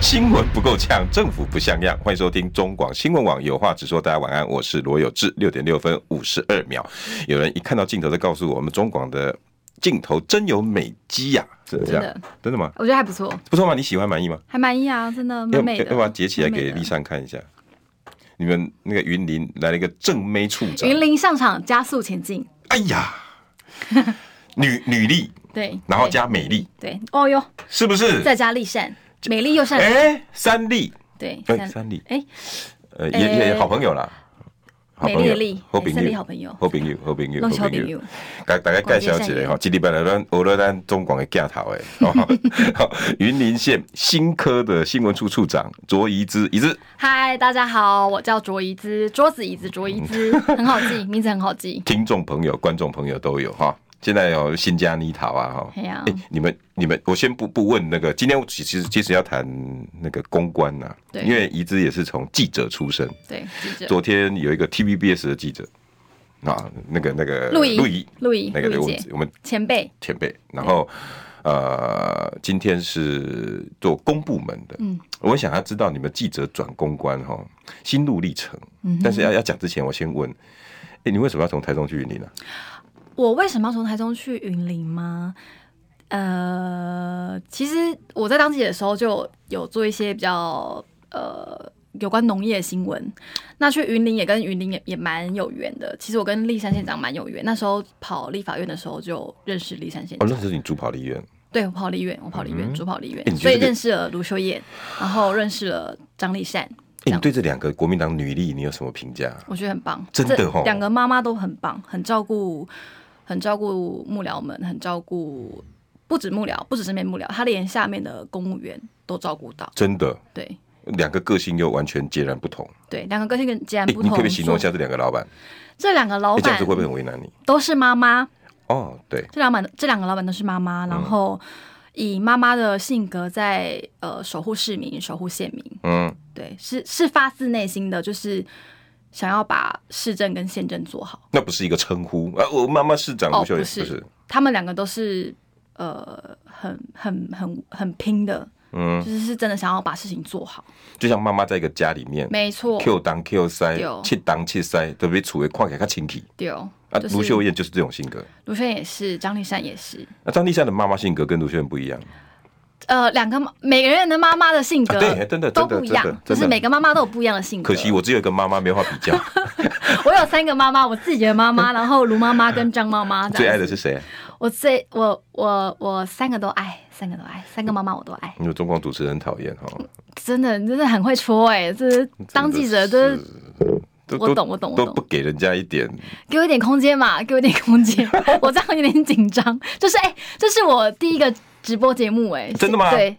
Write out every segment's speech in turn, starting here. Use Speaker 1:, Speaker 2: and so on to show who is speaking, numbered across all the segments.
Speaker 1: 新闻不够呛，政府不像样。欢迎收听中广新闻网，有话直说。大家晚安，我是罗有志。六点六分五十二秒，有人一看到镜头就告诉我们，中广的镜头真有美肌啊呀、真的这样
Speaker 2: 真的
Speaker 1: 真的吗？
Speaker 2: 我觉得还不错，
Speaker 1: 不错吗？你喜欢满意吗？
Speaker 2: 还满意啊，真的
Speaker 1: 要
Speaker 2: 蛮美
Speaker 1: 要
Speaker 2: 的。
Speaker 1: 要不要截起来给
Speaker 2: 蛮美
Speaker 1: 丽
Speaker 2: 的
Speaker 1: 珊看一下？你们那个云林来了一个正妹处长，
Speaker 2: 云林上场加速前进，
Speaker 1: 哎呀，女女力，
Speaker 2: 对，
Speaker 1: 然后
Speaker 2: 对
Speaker 1: 加美丽，
Speaker 2: 对，哦哟，
Speaker 1: 是不是？
Speaker 2: 再加力善，美丽又善良，
Speaker 1: 哎，三丽，
Speaker 2: 对，
Speaker 1: 哎，
Speaker 2: 善
Speaker 1: 三丽，
Speaker 2: 哎，
Speaker 1: 呃，也也也
Speaker 2: 哎
Speaker 1: 好朋友啦，好
Speaker 2: 美
Speaker 1: 朋
Speaker 2: 丽的
Speaker 1: 友
Speaker 2: 丽，，
Speaker 1: 好
Speaker 2: 哎
Speaker 1: 朋
Speaker 2: 三丽
Speaker 1: 友
Speaker 2: 好，朋友，
Speaker 1: 好朋友，好朋友，
Speaker 2: 弄
Speaker 1: 好
Speaker 2: 小
Speaker 1: 朋
Speaker 2: 朋
Speaker 1: 友
Speaker 2: 友。，
Speaker 1: 大大家介绍一
Speaker 2: 广结
Speaker 1: 下
Speaker 2: 善
Speaker 1: 吼，这礼拜来咱俄罗咱中广的镜头的，哦， 云林县新科的新闻处处长卓宜之，宜之
Speaker 2: 嗨，大家好，我叫卓怡姿，桌子椅子卓怡姿，
Speaker 1: 嗯
Speaker 2: 很好记，名字很好记。
Speaker 1: 听众朋友、观众朋友都有哈。现在有新加妮塔啊哈，
Speaker 2: 哎呀
Speaker 1: 哎、，你们你们，我先不不问那个，今天我其实其实要谈那个公关呐、
Speaker 2: 对
Speaker 1: 因为怡之也是从记者出身。
Speaker 2: 对， 记者
Speaker 1: 昨天有一个 TVBS 的记者啊，那个那个
Speaker 2: 陆怡，
Speaker 1: 陆怡，
Speaker 2: 陆怡，
Speaker 1: 那个
Speaker 2: 陆
Speaker 1: 我
Speaker 2: 怡
Speaker 1: 们
Speaker 2: 姐
Speaker 1: 我们
Speaker 2: 前辈，
Speaker 1: 前辈，然后呃，今天是做公部门的，
Speaker 2: 嗯，
Speaker 1: 我想要知道你们记者转公关哈心路历程，嗯，但是要要讲之前，我先问，哎、你为什么要从台中去云林呢、啊
Speaker 2: 我为什么要从台中去云林吗？呃，其实我在当记者的时候就有做一些比较呃有关农业的新闻。那去云林也跟云林也也蛮有缘的。其实我跟立山县长蛮有缘，那时候跑立法院的时候就认识立山县
Speaker 1: 哦，
Speaker 2: 长。
Speaker 1: 那时候你主跑立院，
Speaker 2: 对，我跑立院，我跑立院，主跑立院，
Speaker 1: 欸你觉得
Speaker 2: 所以
Speaker 1: 这个
Speaker 2: 认识了卢修燕，然后认识了张立善，
Speaker 1: 哎、
Speaker 2: 这
Speaker 1: 你
Speaker 2: 样
Speaker 1: 对这两个国民党女力你有什么评价啊？
Speaker 2: 我觉得很棒，
Speaker 1: 真的
Speaker 2: 这
Speaker 1: 哦
Speaker 2: 两个妈妈都很棒，很照顾，很照顾幕僚们，很照顾不止幕僚，不只是面幕僚，他连下面的公务员都照顾到。
Speaker 1: 真的，
Speaker 2: 对
Speaker 1: 两个个性又完全截然不同。
Speaker 2: 对，两个个性跟截然
Speaker 1: 哎
Speaker 2: 不
Speaker 1: 你可
Speaker 2: 同。
Speaker 1: 不可以形容一
Speaker 2: 做
Speaker 1: 下这两个老板？
Speaker 2: 这两个老
Speaker 1: 哎，这样
Speaker 2: 板
Speaker 1: 子会不会很为难你？
Speaker 2: 都是妈妈，
Speaker 1: 哦，对，
Speaker 2: 这两板这两个老板都是妈
Speaker 1: 嗯
Speaker 2: 妈，然后以妈妈的性格在呃守护市民，守护县民。
Speaker 1: 嗯，
Speaker 2: 对，是是发自内心的，就是想要把市政跟县政做好。
Speaker 1: 那不是一个称呼啊。我妈妈市长
Speaker 2: 哦
Speaker 1: 吴秀
Speaker 2: 不
Speaker 1: 莲
Speaker 2: 是
Speaker 1: 不是，
Speaker 2: 他们两个都是呃很很很很拼的，
Speaker 1: 嗯，
Speaker 2: 就是是真的想要把事情做好。
Speaker 1: 就像妈妈在一个家里面
Speaker 2: 没错，
Speaker 1: ，Q 当 Q 塞
Speaker 2: 对，
Speaker 1: 切当切塞，特别处为看起来较清气
Speaker 2: 对，
Speaker 1: 啊。
Speaker 2: 就是
Speaker 1: 卢秀燕就是这种性格。
Speaker 2: 卢轩也是，张立善也是，
Speaker 1: 那张立善的妈妈性格跟卢秀燕不一样，
Speaker 2: 呃，两个妈每个人的妈妈的性格、
Speaker 1: 啊对真的
Speaker 2: 都
Speaker 1: 真的
Speaker 2: 不一
Speaker 1: 真的
Speaker 2: 样，就
Speaker 1: 真的
Speaker 2: 是每个妈妈都有不一样的性格。
Speaker 1: 可惜我只有一个妈妈，没法比 较。
Speaker 2: 我有三个妈妈，我自己的 妈妈，然后卢妈妈跟张妈妈。这样子
Speaker 1: 最爱的是谁？
Speaker 2: 我最我我我三个都爱，三个都爱，三个妈妈我都爱。
Speaker 1: 你们中广主持人很讨厌哈，
Speaker 2: 真的，你真的很会戳哎、欸！这是当记者，
Speaker 1: 真的
Speaker 2: 这
Speaker 1: 都
Speaker 2: 是我
Speaker 1: 都
Speaker 2: 懂我懂我
Speaker 1: 都
Speaker 2: 懂
Speaker 1: 不给人家一点
Speaker 2: 给我一点空间嘛，给我一点空 间，我这样有点紧张。就是哎、这是我第一个直播节目哎、
Speaker 1: 真的吗
Speaker 2: 对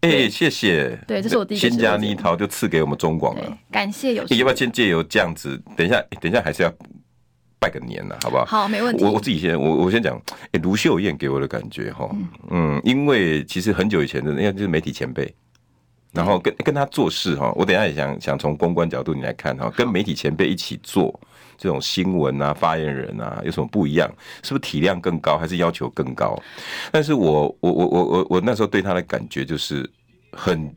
Speaker 1: 哎、
Speaker 2: 对
Speaker 1: 谢谢。
Speaker 2: 对这是我第一个
Speaker 1: 新加
Speaker 2: 直播
Speaker 1: 妮
Speaker 2: 间
Speaker 1: 桃就赐给我们中广了
Speaker 2: 对。，感谢有
Speaker 1: 哎要不要
Speaker 2: 事
Speaker 1: 先借由这样子？等一下，哎等一下还是要拜个年了，啊好不好？
Speaker 2: 好，没问题
Speaker 1: 我。我自己先，我我先讲，哎、卢秀燕给我的感觉哈，嗯，因为其实很久以前的，因为就是媒体前辈，然后跟跟他做事哈，我等一下也想想从公关角度你来看哈，跟媒体前辈一起做这种新闻啊、发言人啊，有什么不一样？是不是体量更高，还是要求更高？但是我我我我我我那时候对他的感觉就是很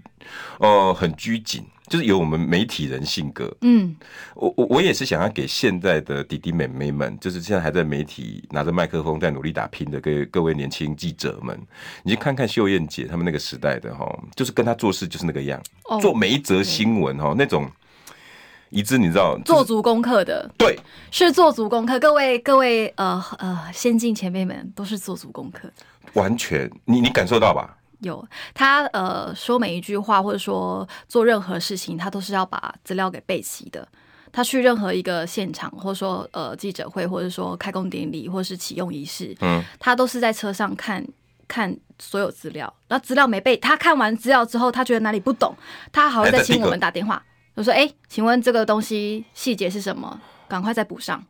Speaker 1: 呃很拘谨，就是有我们媒体人性格，
Speaker 2: 嗯，
Speaker 1: 我我我也是想要给现在的弟弟妹妹们，就是现在还在媒体拿着麦克风在努力打拼的各位各位年轻记者们，你去看看秀燕姐他们那个时代的哈，就是跟她做事就是那个样，
Speaker 2: 哦，
Speaker 1: 做
Speaker 2: 做
Speaker 1: 每一则新闻哈那种，一致你知道就是
Speaker 2: 足功课的
Speaker 1: 对，
Speaker 2: 是做足功课，各位各位呃呃先进前辈们都是做足功课。
Speaker 1: 完全你你感受到吧？
Speaker 2: 有他呃说每一句话或者说做任何事情，他都是要把资料给备齐的。他去任何一个现场，或者说呃记者会，或者说开工典礼，或者是启用仪式，
Speaker 1: 嗯，
Speaker 2: 他都是在车上看看所有资料。然后资料没背，他看完资料之后，他觉得哪里不懂，他还会再请我们打电话，就说：“哎、请问这个东西细节是什么？赶快再补上。”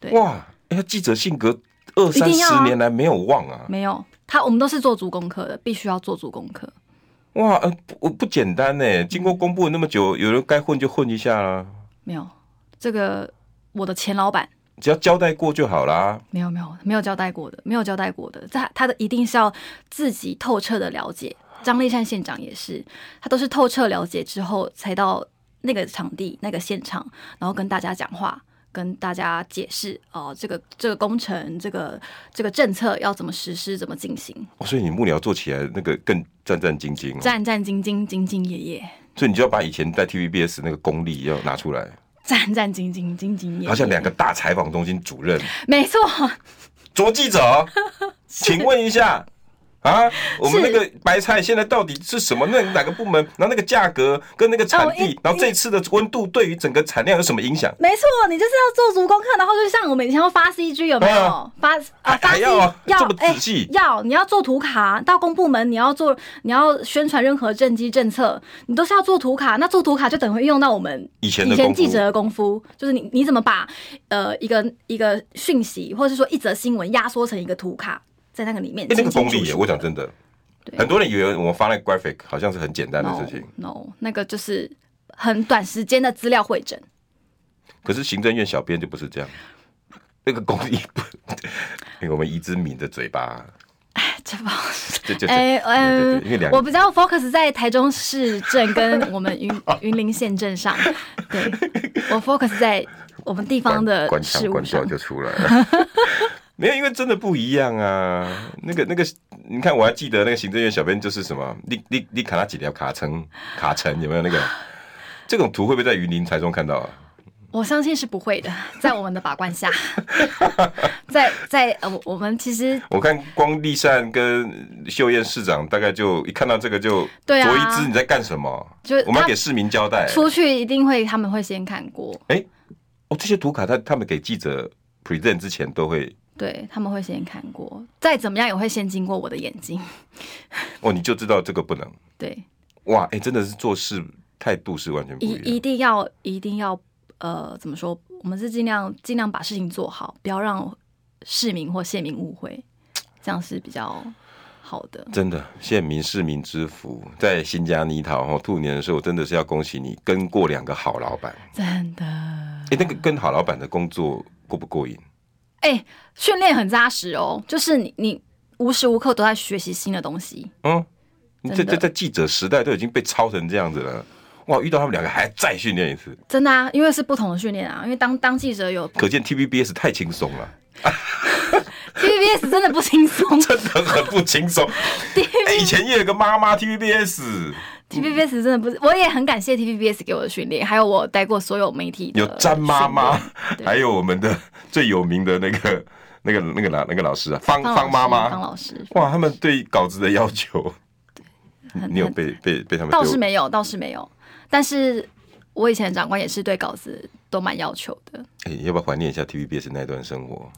Speaker 2: 对
Speaker 1: 哇，哎、记者性格二
Speaker 2: 一定
Speaker 1: 三
Speaker 2: 要
Speaker 1: 十
Speaker 2: 啊
Speaker 1: 年来没有忘啊，
Speaker 2: 没有他，我们都是做足功课的，必须要做足功课。
Speaker 1: 哇，呃，不不简单呢。经过公布了那么久，有人该混就混一下啊啦，
Speaker 2: 没有这个，我的前老板
Speaker 1: 只要交代过就好啦。
Speaker 2: 没有没有没有交代过的，没有交代过的，他他的一定是要自己透彻的了解。张立善县长也是，他都是透彻了解之后才到那个场地、那个现场，然后跟大家讲话，跟大家解释哦、这个这个工程、这个这个政策要怎么实施、怎么进行，
Speaker 1: 哦所以你幕僚做起来那个更战战兢兢、哦，
Speaker 2: 战战兢兢、兢兢业业，
Speaker 1: 所以你就要把以前在 TVBS 那个功力要拿出来，
Speaker 2: 战战兢兢、兢兢业业。
Speaker 1: 好像两个大采访中心主任
Speaker 2: 没错，
Speaker 1: 卓记 者，请问一下啊，我们那个白菜现在到底是什么？那哪个部门？然后那个价格跟那个产
Speaker 2: 哦
Speaker 1: 地
Speaker 2: 一，
Speaker 1: 然后这次的温度对于整个产量有什么影响？
Speaker 2: 没错，你就是要做足功课，然后就像我们以前要发 CG 有没有、
Speaker 1: 啊
Speaker 2: 发啊
Speaker 1: 还
Speaker 2: 发
Speaker 1: 还
Speaker 2: C
Speaker 1: 要啊这么
Speaker 2: 哎
Speaker 1: 仔细
Speaker 2: 要你要做图卡，到公部门你要做你要宣传任何政绩政策，你都是要做图卡。那做图卡就等于用到我们
Speaker 1: 以前的
Speaker 2: 以
Speaker 1: 功夫
Speaker 2: 前记者的功夫，就是你你怎么把呃一个一个讯息或者是说一则新闻压缩成一个图卡，在那个里面
Speaker 1: 哎、那
Speaker 2: 清
Speaker 1: 个
Speaker 2: 清
Speaker 1: 功
Speaker 2: 楚
Speaker 1: 力耶！
Speaker 2: 楚。
Speaker 1: 我讲真的，
Speaker 2: 对哦
Speaker 1: 很多人以为我们发那个 graphic 好像是很简单的
Speaker 2: no
Speaker 1: 啊事情，
Speaker 2: no，那个就是很短时间的资料会诊。
Speaker 1: 可是行政院小编就不是这样，那个功力不， 那个我们移之敏的嘴巴，
Speaker 2: 哎这不好说
Speaker 1: 就就就
Speaker 2: 哎，
Speaker 1: 对对
Speaker 2: 嗯
Speaker 1: 对因为两，个
Speaker 2: 我比较 focus 在台中市政跟我们云云林县镇 上，对我 focus 在我们地方的
Speaker 1: 官腔
Speaker 2: 事
Speaker 1: 官
Speaker 2: 务
Speaker 1: 调
Speaker 2: 上。
Speaker 1: 就出来了。 没有，因为真的不一样啊。那个那个，你看我还记得那个行政院小编就是什么，你你你卡那几条卡层卡层有没有那个？这种图会不会在云林、台中看到啊？
Speaker 2: 我相信是不会的，在我们的把 关下，在在呃，我我们其实
Speaker 1: 我看光立善跟秀燕市长，大概就一看到这个就
Speaker 2: 对啊
Speaker 1: 卓一之你在干什么？
Speaker 2: 就
Speaker 1: 我们要
Speaker 2: 他
Speaker 1: 给市民交代。
Speaker 2: 出去一定会，他们会先看过，
Speaker 1: 哦，这些图卡他他们给记者 present 之前都会，
Speaker 2: 对他们会先看过，再怎么样也会先经过我的眼睛，
Speaker 1: 哦，你就知道这个不能。
Speaker 2: 对，
Speaker 1: 哇，哎、真的是做事态度是完全不
Speaker 2: 一
Speaker 1: 一
Speaker 2: 一
Speaker 1: 样。
Speaker 2: 定要一定要呃，怎么说？我们是尽量尽量把事情做好，不要让市民或县民误会，这样是比较好的。
Speaker 1: 真的，县民市民之福，在新疆泥桃哦，兔年的时候，真的是要恭喜你跟过两个好老板。
Speaker 2: 真的，
Speaker 1: 哎、那个跟好老板的工作过不过瘾？
Speaker 2: 哎、训练很扎实哦，就是你你无时无刻都在学习新的东西。
Speaker 1: 嗯，你这
Speaker 2: 真的
Speaker 1: 这在记者时代都已经被抄成这样子了。哇，遇到他们两个还再训练一次，
Speaker 2: 真的啊，因为是不同的训练啊，因为当当记者有
Speaker 1: 可见 TVBS 太轻松 了，
Speaker 2: TVBS 真的不轻松
Speaker 1: 真的很不轻 松。哎以前也有个妈妈 TVBS，
Speaker 2: ，TVBS 真的不是，我也很感谢 TVBS 给我的训练，还有我待过所有媒体的
Speaker 1: 有詹妈妈
Speaker 2: 训，对
Speaker 1: 还有我们的最有名的那个、那个、那个老、那个老师啊，方
Speaker 2: 练
Speaker 1: 方妈
Speaker 2: 方
Speaker 1: 妈。
Speaker 2: 老师
Speaker 1: 哇，他们对稿子的要求，
Speaker 2: 很
Speaker 1: 你有
Speaker 2: 很
Speaker 1: 被被被他们
Speaker 2: 倒
Speaker 1: 丢
Speaker 2: 是没有，倒是没有。但是我以前的长官也是对稿子都蛮要求的。
Speaker 1: 哎要不要怀念一下 TVBS 那段生活？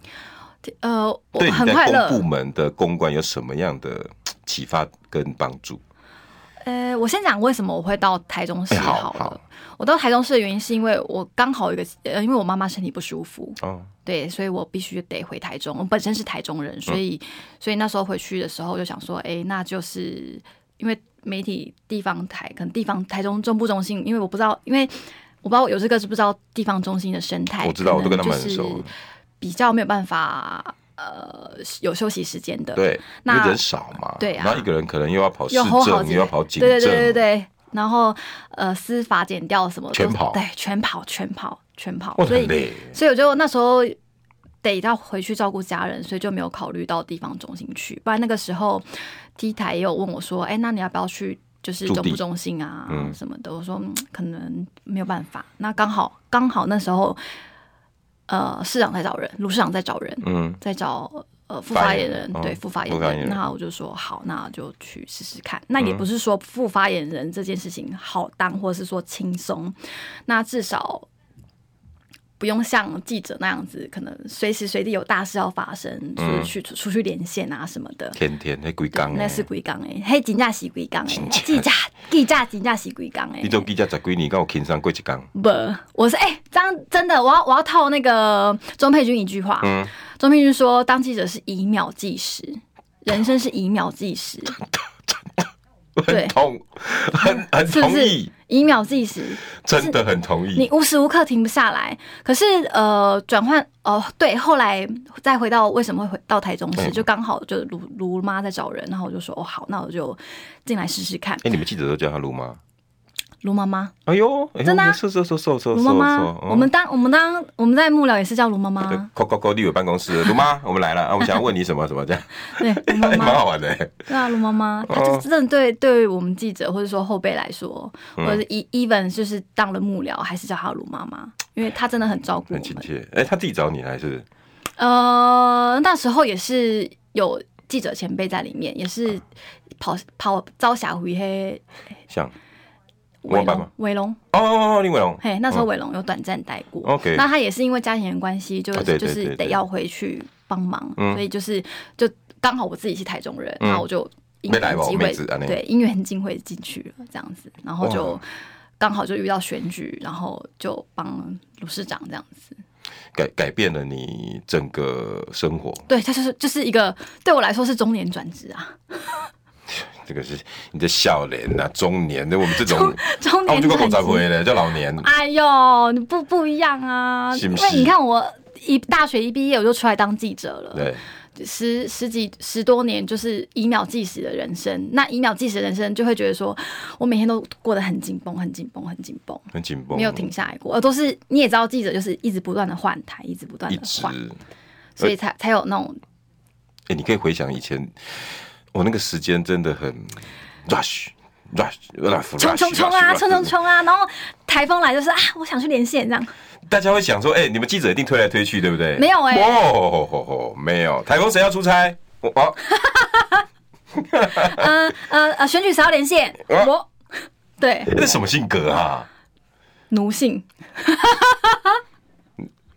Speaker 2: 呃，我
Speaker 1: 对你
Speaker 2: 很快
Speaker 1: 在公部
Speaker 2: 乐。
Speaker 1: 门的公关有什么样的启发跟帮助？
Speaker 2: 呃，我先讲为什么我会到台中市
Speaker 1: 哎好
Speaker 2: 好了。
Speaker 1: 好
Speaker 2: 我到台中市的原因是因为我刚好有一个，呃，因为我妈妈身体不舒服，
Speaker 1: 哦，
Speaker 2: 对，所以我必须得回台中。我本身是台中人，
Speaker 1: 嗯
Speaker 2: 所以、所以那时候回去的时候就想说，哎、那就是因为媒体地方台，可能地方台中中部中心，因为我不知道，因为我不知道我有这个知不知道地方中心的生态，
Speaker 1: 我知道，我都跟他们
Speaker 2: 可能
Speaker 1: 很
Speaker 2: 就是
Speaker 1: 熟。
Speaker 2: 比较没有办法呃有休息时间的，
Speaker 1: 对，因
Speaker 2: 那
Speaker 1: 为人少嘛，
Speaker 2: 对啊
Speaker 1: 然后一个人可能又要跑市
Speaker 2: 又 hold 好
Speaker 1: 政，
Speaker 2: 几
Speaker 1: 又要跑警
Speaker 2: 对对
Speaker 1: 政，
Speaker 2: 对对对，然后呃司法减掉什么都
Speaker 1: 全跑
Speaker 2: 对，全跑全跑全跑
Speaker 1: 哇，，
Speaker 2: 所
Speaker 1: 很
Speaker 2: 以
Speaker 1: 累。
Speaker 2: 所以我就那时候得要回去照顾家人，所以就没有考虑到地方中心去。不然那个时候 T 台也有问我说：“哎、那你要不要去？”就是
Speaker 1: 驻地
Speaker 2: 中部中心啊
Speaker 1: 嗯，
Speaker 2: 什么的，我说、嗯、可能没有办法。那刚好刚好那时候，呃，市长在找人，卢市长在找人，
Speaker 1: 嗯，
Speaker 2: 在找呃副
Speaker 1: 发
Speaker 2: 发
Speaker 1: 言
Speaker 2: 言
Speaker 1: 人
Speaker 2: 人，
Speaker 1: 哦
Speaker 2: 对副发
Speaker 1: 副
Speaker 2: 言
Speaker 1: 发
Speaker 2: 人。
Speaker 1: 言人嗯
Speaker 2: 那我就说好，那就去试试看。那也不是说副发言人这件事情好当，或者是说轻松，那至少不用像记者那样子，可能随时随地有大事要发生，就是去出出去连线啊什么的。
Speaker 1: 天天那鬼刚
Speaker 2: 那
Speaker 1: 哎，
Speaker 2: 是鬼港哎，嘿，金价是鬼港哎
Speaker 1: 真，
Speaker 2: 记价记价金价是鬼港哎
Speaker 1: 欸你。做记者十几年，跟我轻松过一工。
Speaker 2: 不，我是哎、这样真的，我要我要套那个钟佩君一句话。钟佩君说，当记者是以秒计时，人生是以秒计时，
Speaker 1: 很
Speaker 2: 对
Speaker 1: 同，很很
Speaker 2: 是不
Speaker 1: 同
Speaker 2: 是
Speaker 1: 意，？
Speaker 2: 以秒计时，
Speaker 1: 真的很同
Speaker 2: 你
Speaker 1: 意。
Speaker 2: 无时无刻停不下来。可是呃，转换哦，对，后来再回到为什么会回到台中市，
Speaker 1: 嗯
Speaker 2: 就刚好就卢卢妈在找人，然后我就说哦好，那我就进来试试看。
Speaker 1: 哎，你们记者都叫他卢妈？
Speaker 2: 卢妈妈，
Speaker 1: 哎呦，哎呦
Speaker 2: 真的啊
Speaker 1: 是是是是是是哦
Speaker 2: 卢妈妈，
Speaker 1: 嗯
Speaker 2: 我们当我们当我们在幕僚也是叫卢妈妈，
Speaker 1: 扣扣扣立委办公室，卢妈，我们来了啊，我们想要问你什么什么这样，
Speaker 2: 对，卢妈
Speaker 1: 哎蛮
Speaker 2: 妈。
Speaker 1: 好玩的。
Speaker 2: 对啊，卢妈妈，她就真的对对于我们记者或者说后辈来说，或者是 e even 就是当了幕僚，还是叫她卢妈妈，因为她真的很照顾我
Speaker 1: 很亲
Speaker 2: 们。
Speaker 1: 切。哎，他自己找你来是？
Speaker 2: 呃，那时候也是有记者前辈在里面，也是跑跑朝霞回黑
Speaker 1: 像我
Speaker 2: 伟
Speaker 1: 爸
Speaker 2: 龙
Speaker 1: 爸
Speaker 2: 伟龙，
Speaker 1: 哦哦哦，林伟龙，
Speaker 2: 嘿，那时候伟龙有短暂待过。
Speaker 1: OK
Speaker 2: 那他也是因为家庭的关系，就
Speaker 1: 哦啊对对对
Speaker 2: 就是
Speaker 1: 对
Speaker 2: 得要回去帮忙，
Speaker 1: 嗯
Speaker 2: 所以就是就刚好我自己是台中人，
Speaker 1: 嗯
Speaker 2: 然后我就因
Speaker 1: 没来
Speaker 2: 缘
Speaker 1: 吧
Speaker 2: 机
Speaker 1: 我妹
Speaker 2: 会
Speaker 1: 子啊那，
Speaker 2: 对因缘机会进去了这样子，然后就
Speaker 1: 哇
Speaker 2: 刚好就遇到选举，然后就帮卢市长这样子。
Speaker 1: 改改变了你整个生活。
Speaker 2: 对他就是就是一个对我来说是中年转职啊，
Speaker 1: 这个是你的笑脸呐，中年的我们这种，
Speaker 2: 中
Speaker 1: 啊，我
Speaker 2: 年
Speaker 1: 就过
Speaker 2: 转
Speaker 1: 狗仔
Speaker 2: 职。
Speaker 1: 回了，叫老年。
Speaker 2: 哎呦，你不不一样啊，
Speaker 1: 是
Speaker 2: 因
Speaker 1: 不
Speaker 2: 为
Speaker 1: 是
Speaker 2: 你看我一大学一毕业我就出来当记者了，
Speaker 1: 对，
Speaker 2: 十十几十多年就是以秒计时的人生，那以秒计时的人生就会觉得说，我每天都过得很紧绷，很紧绷，很紧绷，
Speaker 1: 很紧绷，
Speaker 2: 没有停下来过。呃，都是你也知道，记者就是一直不断的换台，一直不断
Speaker 1: 一
Speaker 2: 的
Speaker 1: 直。
Speaker 2: 换，所以才才有那种
Speaker 1: 哎、你可以回想以前，我那个时间真的很 rush rush rush，
Speaker 2: 冲冲冲啊，
Speaker 1: rush，
Speaker 2: 冲冲
Speaker 1: rush！
Speaker 2: 冲啊，然后台风来就是啊，我想去连线这样。
Speaker 1: 大家会想说，哎、你们记者一定推来推去，对不对？
Speaker 2: 没有欸
Speaker 1: 哦，吼吼吼没有。台风谁要出差？我哦，
Speaker 2: 呃呃呃，选举谁要连线？
Speaker 1: 啊
Speaker 2: 我对
Speaker 1: 那什么性格啊？
Speaker 2: 奴性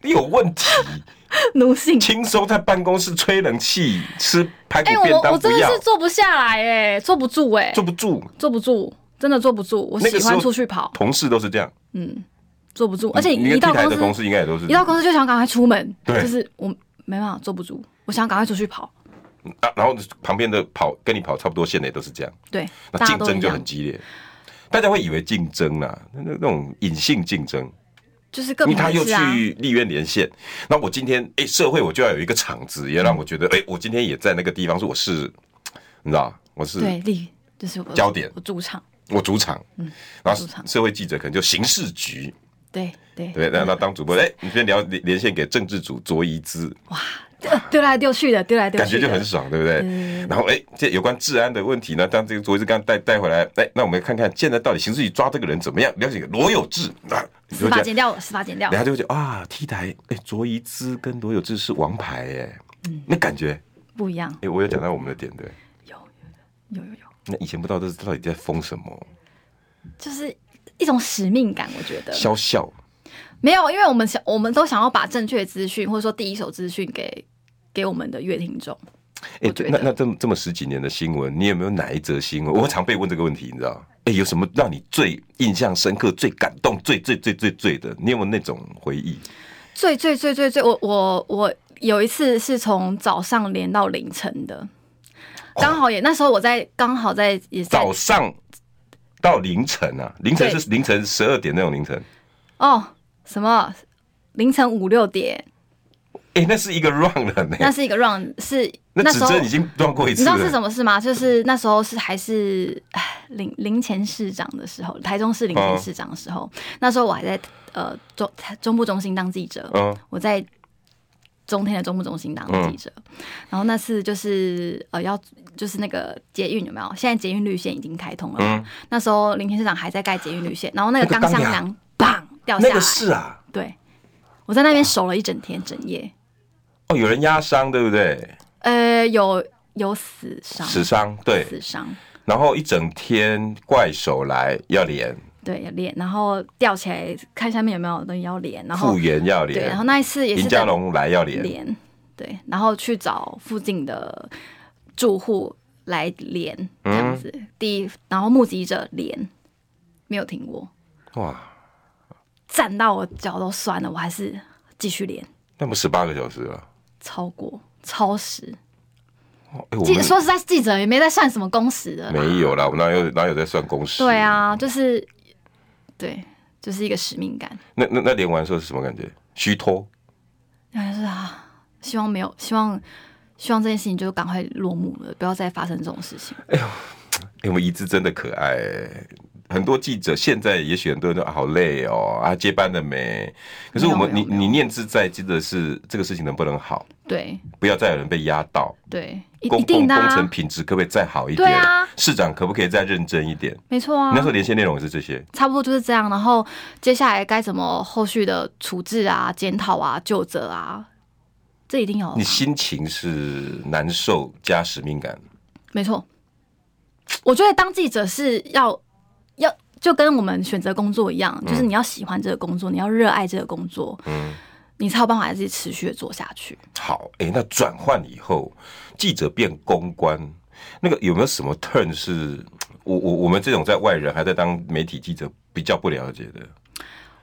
Speaker 1: 你有问题，
Speaker 2: 奴性。
Speaker 1: 轻松在办公室吹冷气，吃排骨
Speaker 2: 哎、
Speaker 1: 便
Speaker 2: 我
Speaker 1: 当
Speaker 2: 我
Speaker 1: 不
Speaker 2: 真的
Speaker 1: 要
Speaker 2: 是，坐不下来哎、坐不住哎、
Speaker 1: 坐不住。
Speaker 2: 坐不住，真的坐不住。我
Speaker 1: 那个
Speaker 2: 喜
Speaker 1: 时候
Speaker 2: 欢出去跑，
Speaker 1: 同事都是这样，
Speaker 2: 坐不住，而且
Speaker 1: 你
Speaker 2: 一
Speaker 1: 跟
Speaker 2: 到
Speaker 1: T 台的
Speaker 2: 公
Speaker 1: 同
Speaker 2: 司，
Speaker 1: 事应该也都是
Speaker 2: 一到公司就想赶快出门，
Speaker 1: 对
Speaker 2: 就是我没办法坐不住，我想赶快出去跑。
Speaker 1: 啊，然后旁边的跑跟你跑差不多线的也都是这样。
Speaker 2: 对，
Speaker 1: 那
Speaker 2: 大
Speaker 1: 竞
Speaker 2: 家都
Speaker 1: 争
Speaker 2: 一
Speaker 1: 就
Speaker 2: 样
Speaker 1: 很激烈，大家会以为竞争啦、那那那种隐性竞争，
Speaker 2: 就是
Speaker 1: 因
Speaker 2: 更
Speaker 1: 为他
Speaker 2: 白
Speaker 1: 又
Speaker 2: 痴啊。
Speaker 1: 去立院连线，那我今天哎、社会我就要有一个场子，也让我觉得哎、我今天也在那个地方，是我是，你知道我是
Speaker 2: 对，力就是我
Speaker 1: 焦点
Speaker 2: 我主场。
Speaker 1: 我主场，然后
Speaker 2: 主场
Speaker 1: 社会记者可能就刑事局，
Speaker 2: 对对
Speaker 1: 对不对，那那当主播哎、你先聊连连线给政治组卓一之，
Speaker 2: 呃丢来丢去的，丢来丢
Speaker 1: 感
Speaker 2: 去
Speaker 1: 觉
Speaker 2: 的，嗯
Speaker 1: 就很爽，对不对？然后哎、这有关治安的问题呢，当这个卓一之刚带带回来，哎、那我们看看现在到底刑事局抓这个人怎么样，了解罗有志啊，你就
Speaker 2: 司
Speaker 1: 会觉
Speaker 2: 法
Speaker 1: 得
Speaker 2: 剪掉了，司法剪掉
Speaker 1: 然，后就会觉得啊，T 台哎，卓一之跟罗有志是王牌哎，
Speaker 2: 嗯
Speaker 1: 那感觉
Speaker 2: 不一样，
Speaker 1: 哎，我有讲到我们的点对。
Speaker 2: 有有有，
Speaker 1: 那以前不知道这是到底在封什么，
Speaker 2: 就是一种使命感，我觉得
Speaker 1: 肖笑
Speaker 2: 没有，因为我们想，我们都想要把正确资讯或者说第一手资讯给给我们的乐听众。
Speaker 1: 哎
Speaker 2: 我，觉得
Speaker 1: 那那这么这么十几年的新闻，你有没有哪一则新闻？我常被问这个问题，你知道？哎，有什么让你最印象深刻、最感动、最最最最最的？你有没有那种回忆？
Speaker 2: 最最最最最，我我我有一次是从早上连到凌晨的，刚好也那时候我在刚好在也在
Speaker 1: 早上到凌晨啊，凌晨
Speaker 2: 对
Speaker 1: 是凌晨十二点那种凌晨，
Speaker 2: 哦什么凌晨五六点，
Speaker 1: 哎，那是一个 run 了呢。
Speaker 2: 那是一个 run 是
Speaker 1: 那指
Speaker 2: 时候
Speaker 1: 针已经 run 过一
Speaker 2: 你
Speaker 1: 次
Speaker 2: 知
Speaker 1: 了。
Speaker 2: 道是什么事吗？就是那时候是还是唉林林前市长的时候，台中市林前市长的时
Speaker 1: 哦
Speaker 2: 候，那时候我还在呃中中部中心当记者，
Speaker 1: 嗯
Speaker 2: 我在中天的中部中心当记者，然后那次就是呃要就是那个捷运有没有？现在捷运绿线已经开通了，
Speaker 1: 嗯
Speaker 2: 那时候林前市长还在盖捷运绿线，然后那个
Speaker 1: 那个
Speaker 2: 钢
Speaker 1: 钢
Speaker 2: 箱
Speaker 1: 梁
Speaker 2: 梁砰掉下
Speaker 1: 那
Speaker 2: 来，
Speaker 1: 个是啊，
Speaker 2: 对，我在那边守了一整天整夜，
Speaker 1: 哦，有人压伤，对不对？
Speaker 2: 呃有有死伤，
Speaker 1: 死伤，对。
Speaker 2: 死伤。
Speaker 1: 然后一整天怪手来要连，
Speaker 2: 对，要练，然后吊起来看下面有没有东西要连，然后
Speaker 1: 复原要
Speaker 2: 对，
Speaker 1: 脸
Speaker 2: 然后，那一次也是
Speaker 1: 林
Speaker 2: 在
Speaker 1: 家龙来要脸，
Speaker 2: 连，对，然后去找附近的住户来连
Speaker 1: 嗯
Speaker 2: 这样子。第一，然后目击者连，没有停过，
Speaker 1: 哇，
Speaker 2: 站到我脚都酸了，我还是继续连，
Speaker 1: 那不十八个小时啊了。
Speaker 2: 超过超时。
Speaker 1: 哦哎，我
Speaker 2: 记
Speaker 1: 们
Speaker 2: 说实在，记者也没在算什么工时的啦。
Speaker 1: 没有啦，我们哪有哪有在算工时？
Speaker 2: 对，啊，就是对，就是一个使命感。
Speaker 1: 那那那连完之后是什么感觉？虚脱，
Speaker 2: 然后就是啊，希望没有，希望希望这件事情就赶快落幕了，不要再发生这种事情。
Speaker 1: 哎，我们一致真的可爱欸、很多记者现在也许很多人都啊好累哦，啊接班了没？可是我们
Speaker 2: 没
Speaker 1: 你
Speaker 2: 有没有没有
Speaker 1: 你念之在，记得是这个事情能不能好，
Speaker 2: 对
Speaker 1: 不要再有人被压到。
Speaker 2: 对，一
Speaker 1: 公
Speaker 2: 一
Speaker 1: 共
Speaker 2: 定的、
Speaker 1: 工程
Speaker 2: 啊，
Speaker 1: 品质可不可以再好一
Speaker 2: 对
Speaker 1: 点？
Speaker 2: 啊
Speaker 1: 市长可不可以再认真一点？
Speaker 2: 没错啊
Speaker 1: 你那。时候连线内容也是这些，
Speaker 2: 差不多就是这样。然后接下来该怎么后续的处置啊、检讨啊、救责啊，这一定要有吧啊
Speaker 1: 你心情是难受加使命感。
Speaker 2: 没错。我觉得当记者是要要就跟我们选择工作一样，就是你要喜欢这个工作，你要热爱这个工作，
Speaker 1: 嗯，
Speaker 2: 你才有办法自己持续的做下去。
Speaker 1: 好，哎、那转换以后，记者变公关，那个有没有什么 turn 是我我我们这种在外人还在当媒体记者比较不了解的？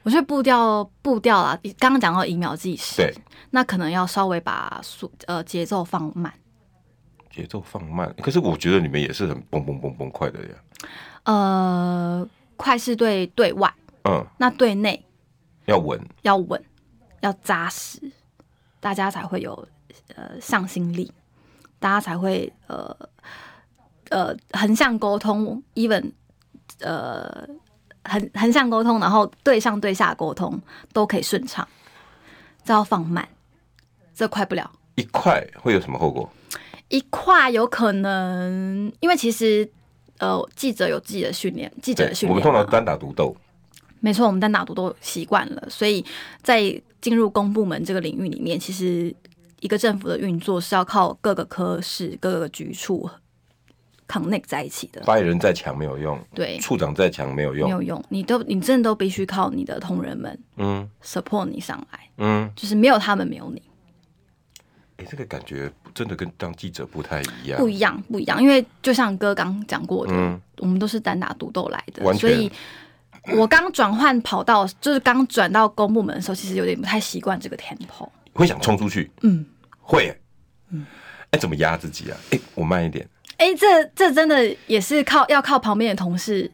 Speaker 2: 我觉得步调步调啦，刚刚讲到一秒计时，
Speaker 1: 对，
Speaker 2: 那可能要稍微把速呃节奏放慢。
Speaker 1: 节奏放慢，可是我觉得你们也是很蹦蹦蹦蹦快的呀。
Speaker 2: 呃，快是对对外，
Speaker 1: 嗯，
Speaker 2: 那对内
Speaker 1: 要稳，
Speaker 2: 要稳，要扎实，大家才会有呃向心力，大家才会呃呃横向沟通，even 呃横横向沟通，然后对上对下沟通都可以顺畅。这要放慢，这快不了。
Speaker 1: 一快会有什么后果？
Speaker 2: 一跨有可能，因为其实呃记者有自己的训练，记者的训
Speaker 1: 我
Speaker 2: 练
Speaker 1: 们通
Speaker 2: 嘛
Speaker 1: 常单打独斗，
Speaker 2: 没错，我们在哪读都习惯了，所以在进入公部门这个领域里面，其实一个政府的运作是要靠各个科室、各个局处 connect 在一起的。
Speaker 1: 发言人再强没有用，
Speaker 2: 对，
Speaker 1: 处长再强没有
Speaker 2: 没
Speaker 1: 用。
Speaker 2: 有用，你都你真的都必须靠你的同仁们
Speaker 1: 嗯
Speaker 2: support 你上来，
Speaker 1: 嗯，
Speaker 2: 就是没有他们没有你，
Speaker 1: 哎、这个感觉真的跟当记者不太一样，
Speaker 2: 不一样不一样。因为就像哥刚讲过的，
Speaker 1: 啊嗯
Speaker 2: 我们都是单打独斗来的，
Speaker 1: 完全
Speaker 2: 所以。我刚转换跑道，就是刚转到公部门的时候，其实有点不太习惯这个 tempo。
Speaker 1: 会想冲出去，
Speaker 2: 嗯，
Speaker 1: 会、欸，哎、怎么压自己啊？哎、我慢一点，
Speaker 2: 哎、这这真的也是靠要靠旁边的同事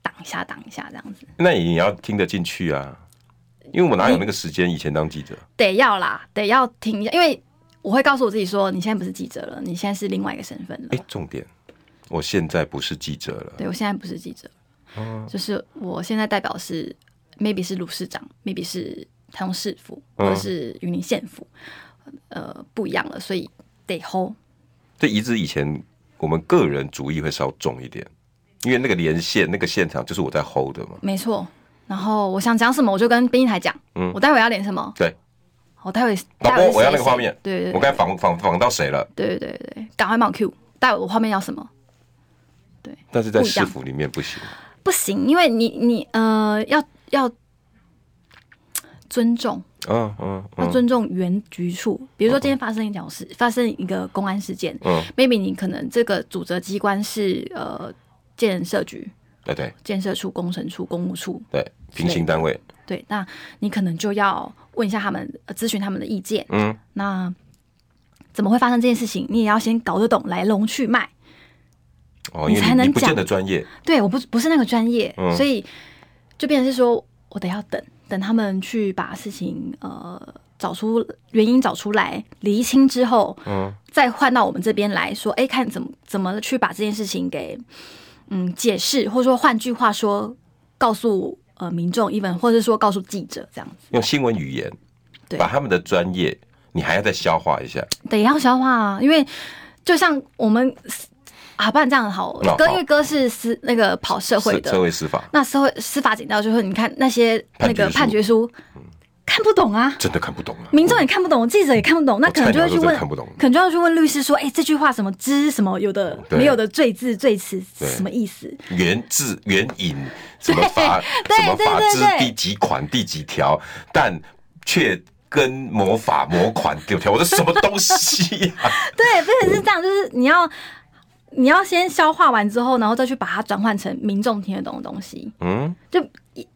Speaker 2: 挡一下，挡一下这样子，
Speaker 1: 那你也要听得进去啊，因为我哪有那个时间？以前当记者，
Speaker 2: 得要啦，得要停一下，因为我会告诉我自己说，你现在不是记者了，你现在是另外一个身份了。
Speaker 1: 哎、重点，我现在不是记者了，
Speaker 2: 对我现在不是记者，
Speaker 1: 哦
Speaker 2: 就是我现在代表是 maybe 是卢市长，maybe 是台中市府，
Speaker 1: 嗯
Speaker 2: 或者是云林县府，呃，不一样了，所以得 hold。
Speaker 1: 这一直以前我们个人主义会稍重一点，因为那个连线那个现场就是我在 hold 的嘛，
Speaker 2: 没错，然后我想讲什么，我就跟编辑台讲，
Speaker 1: 嗯
Speaker 2: 我待会要连什么，
Speaker 1: 对，
Speaker 2: 我待会
Speaker 1: 导
Speaker 2: 待
Speaker 1: 播
Speaker 2: 会是
Speaker 1: 我要那
Speaker 2: 谁
Speaker 1: 个画
Speaker 2: 谁
Speaker 1: 面
Speaker 2: 对对对
Speaker 1: 我，刚才访访访到谁了？
Speaker 2: 对对对对，赶快帮我 Q，待会我画面要什么？
Speaker 1: 但是在
Speaker 2: 不一
Speaker 1: 市
Speaker 2: 样
Speaker 1: 府里面不行，
Speaker 2: 不行，因为你你呃要要尊重，
Speaker 1: 嗯嗯
Speaker 2: 要
Speaker 1: 嗯
Speaker 2: 尊重原局处。比如说今天发生一条事，发生一个公安事件
Speaker 1: 嗯，
Speaker 2: ，maybe 你可能这个主责机关是呃建设局、
Speaker 1: 对对
Speaker 2: 建设处、工程处、公务处，
Speaker 1: 对，平行单位，
Speaker 2: 对，那你可能就要问一下他们，呃咨询他们的意见。
Speaker 1: 嗯，
Speaker 2: 那怎么会发生这件事情？你也要先搞得懂来龙去脉。
Speaker 1: 哦，
Speaker 2: 你
Speaker 1: 因为
Speaker 2: 才
Speaker 1: 你
Speaker 2: 能
Speaker 1: 你不见
Speaker 2: 讲
Speaker 1: 得专业，
Speaker 2: 对，我不不是那个专业，
Speaker 1: 嗯
Speaker 2: 所以就变成是说我得要等等他们去把事情呃找出原因找出来，厘清之后，
Speaker 1: 嗯，
Speaker 2: 再换到我们这边来说，哎、看怎么怎么去把这件事情给嗯解释，或者说换句话说，告诉呃民众，even 或者说告诉记者这样子，
Speaker 1: 用新闻语言，
Speaker 2: 对
Speaker 1: 把他们的专业，你还要再消化一下。
Speaker 2: 得要消化啊，因为就像我们。啊，不然这样好了
Speaker 1: 哦，
Speaker 2: 哥，
Speaker 1: 好
Speaker 2: 因为哥是司那个跑社会
Speaker 1: 社
Speaker 2: 的，
Speaker 1: 社会司法，
Speaker 2: 那社会司法警调就会，你看那些那个
Speaker 1: 判
Speaker 2: 判
Speaker 1: 决嗯
Speaker 2: 决书，看不懂啊，
Speaker 1: 真的看不懂啊。
Speaker 2: 民众也看不懂，记者也看不懂，那可能就会去
Speaker 1: 我菜鸟都真
Speaker 2: 问
Speaker 1: 的看不懂，
Speaker 2: 可能就要去问律师说，哎、这句话什么之什么有的
Speaker 1: 对
Speaker 2: 没有的罪字罪词
Speaker 1: 对
Speaker 2: 什么意思？
Speaker 1: 原字原 引什么法
Speaker 2: 对
Speaker 1: 什么法
Speaker 2: 对对对
Speaker 1: 之第几款第几条，但却跟魔法魔款丢条，我这什么东西呀、
Speaker 2: 对，变成是这样，就是你要你要先消化完之后，然后再去把它转换成民众听得懂的东西，
Speaker 1: 嗯
Speaker 2: 就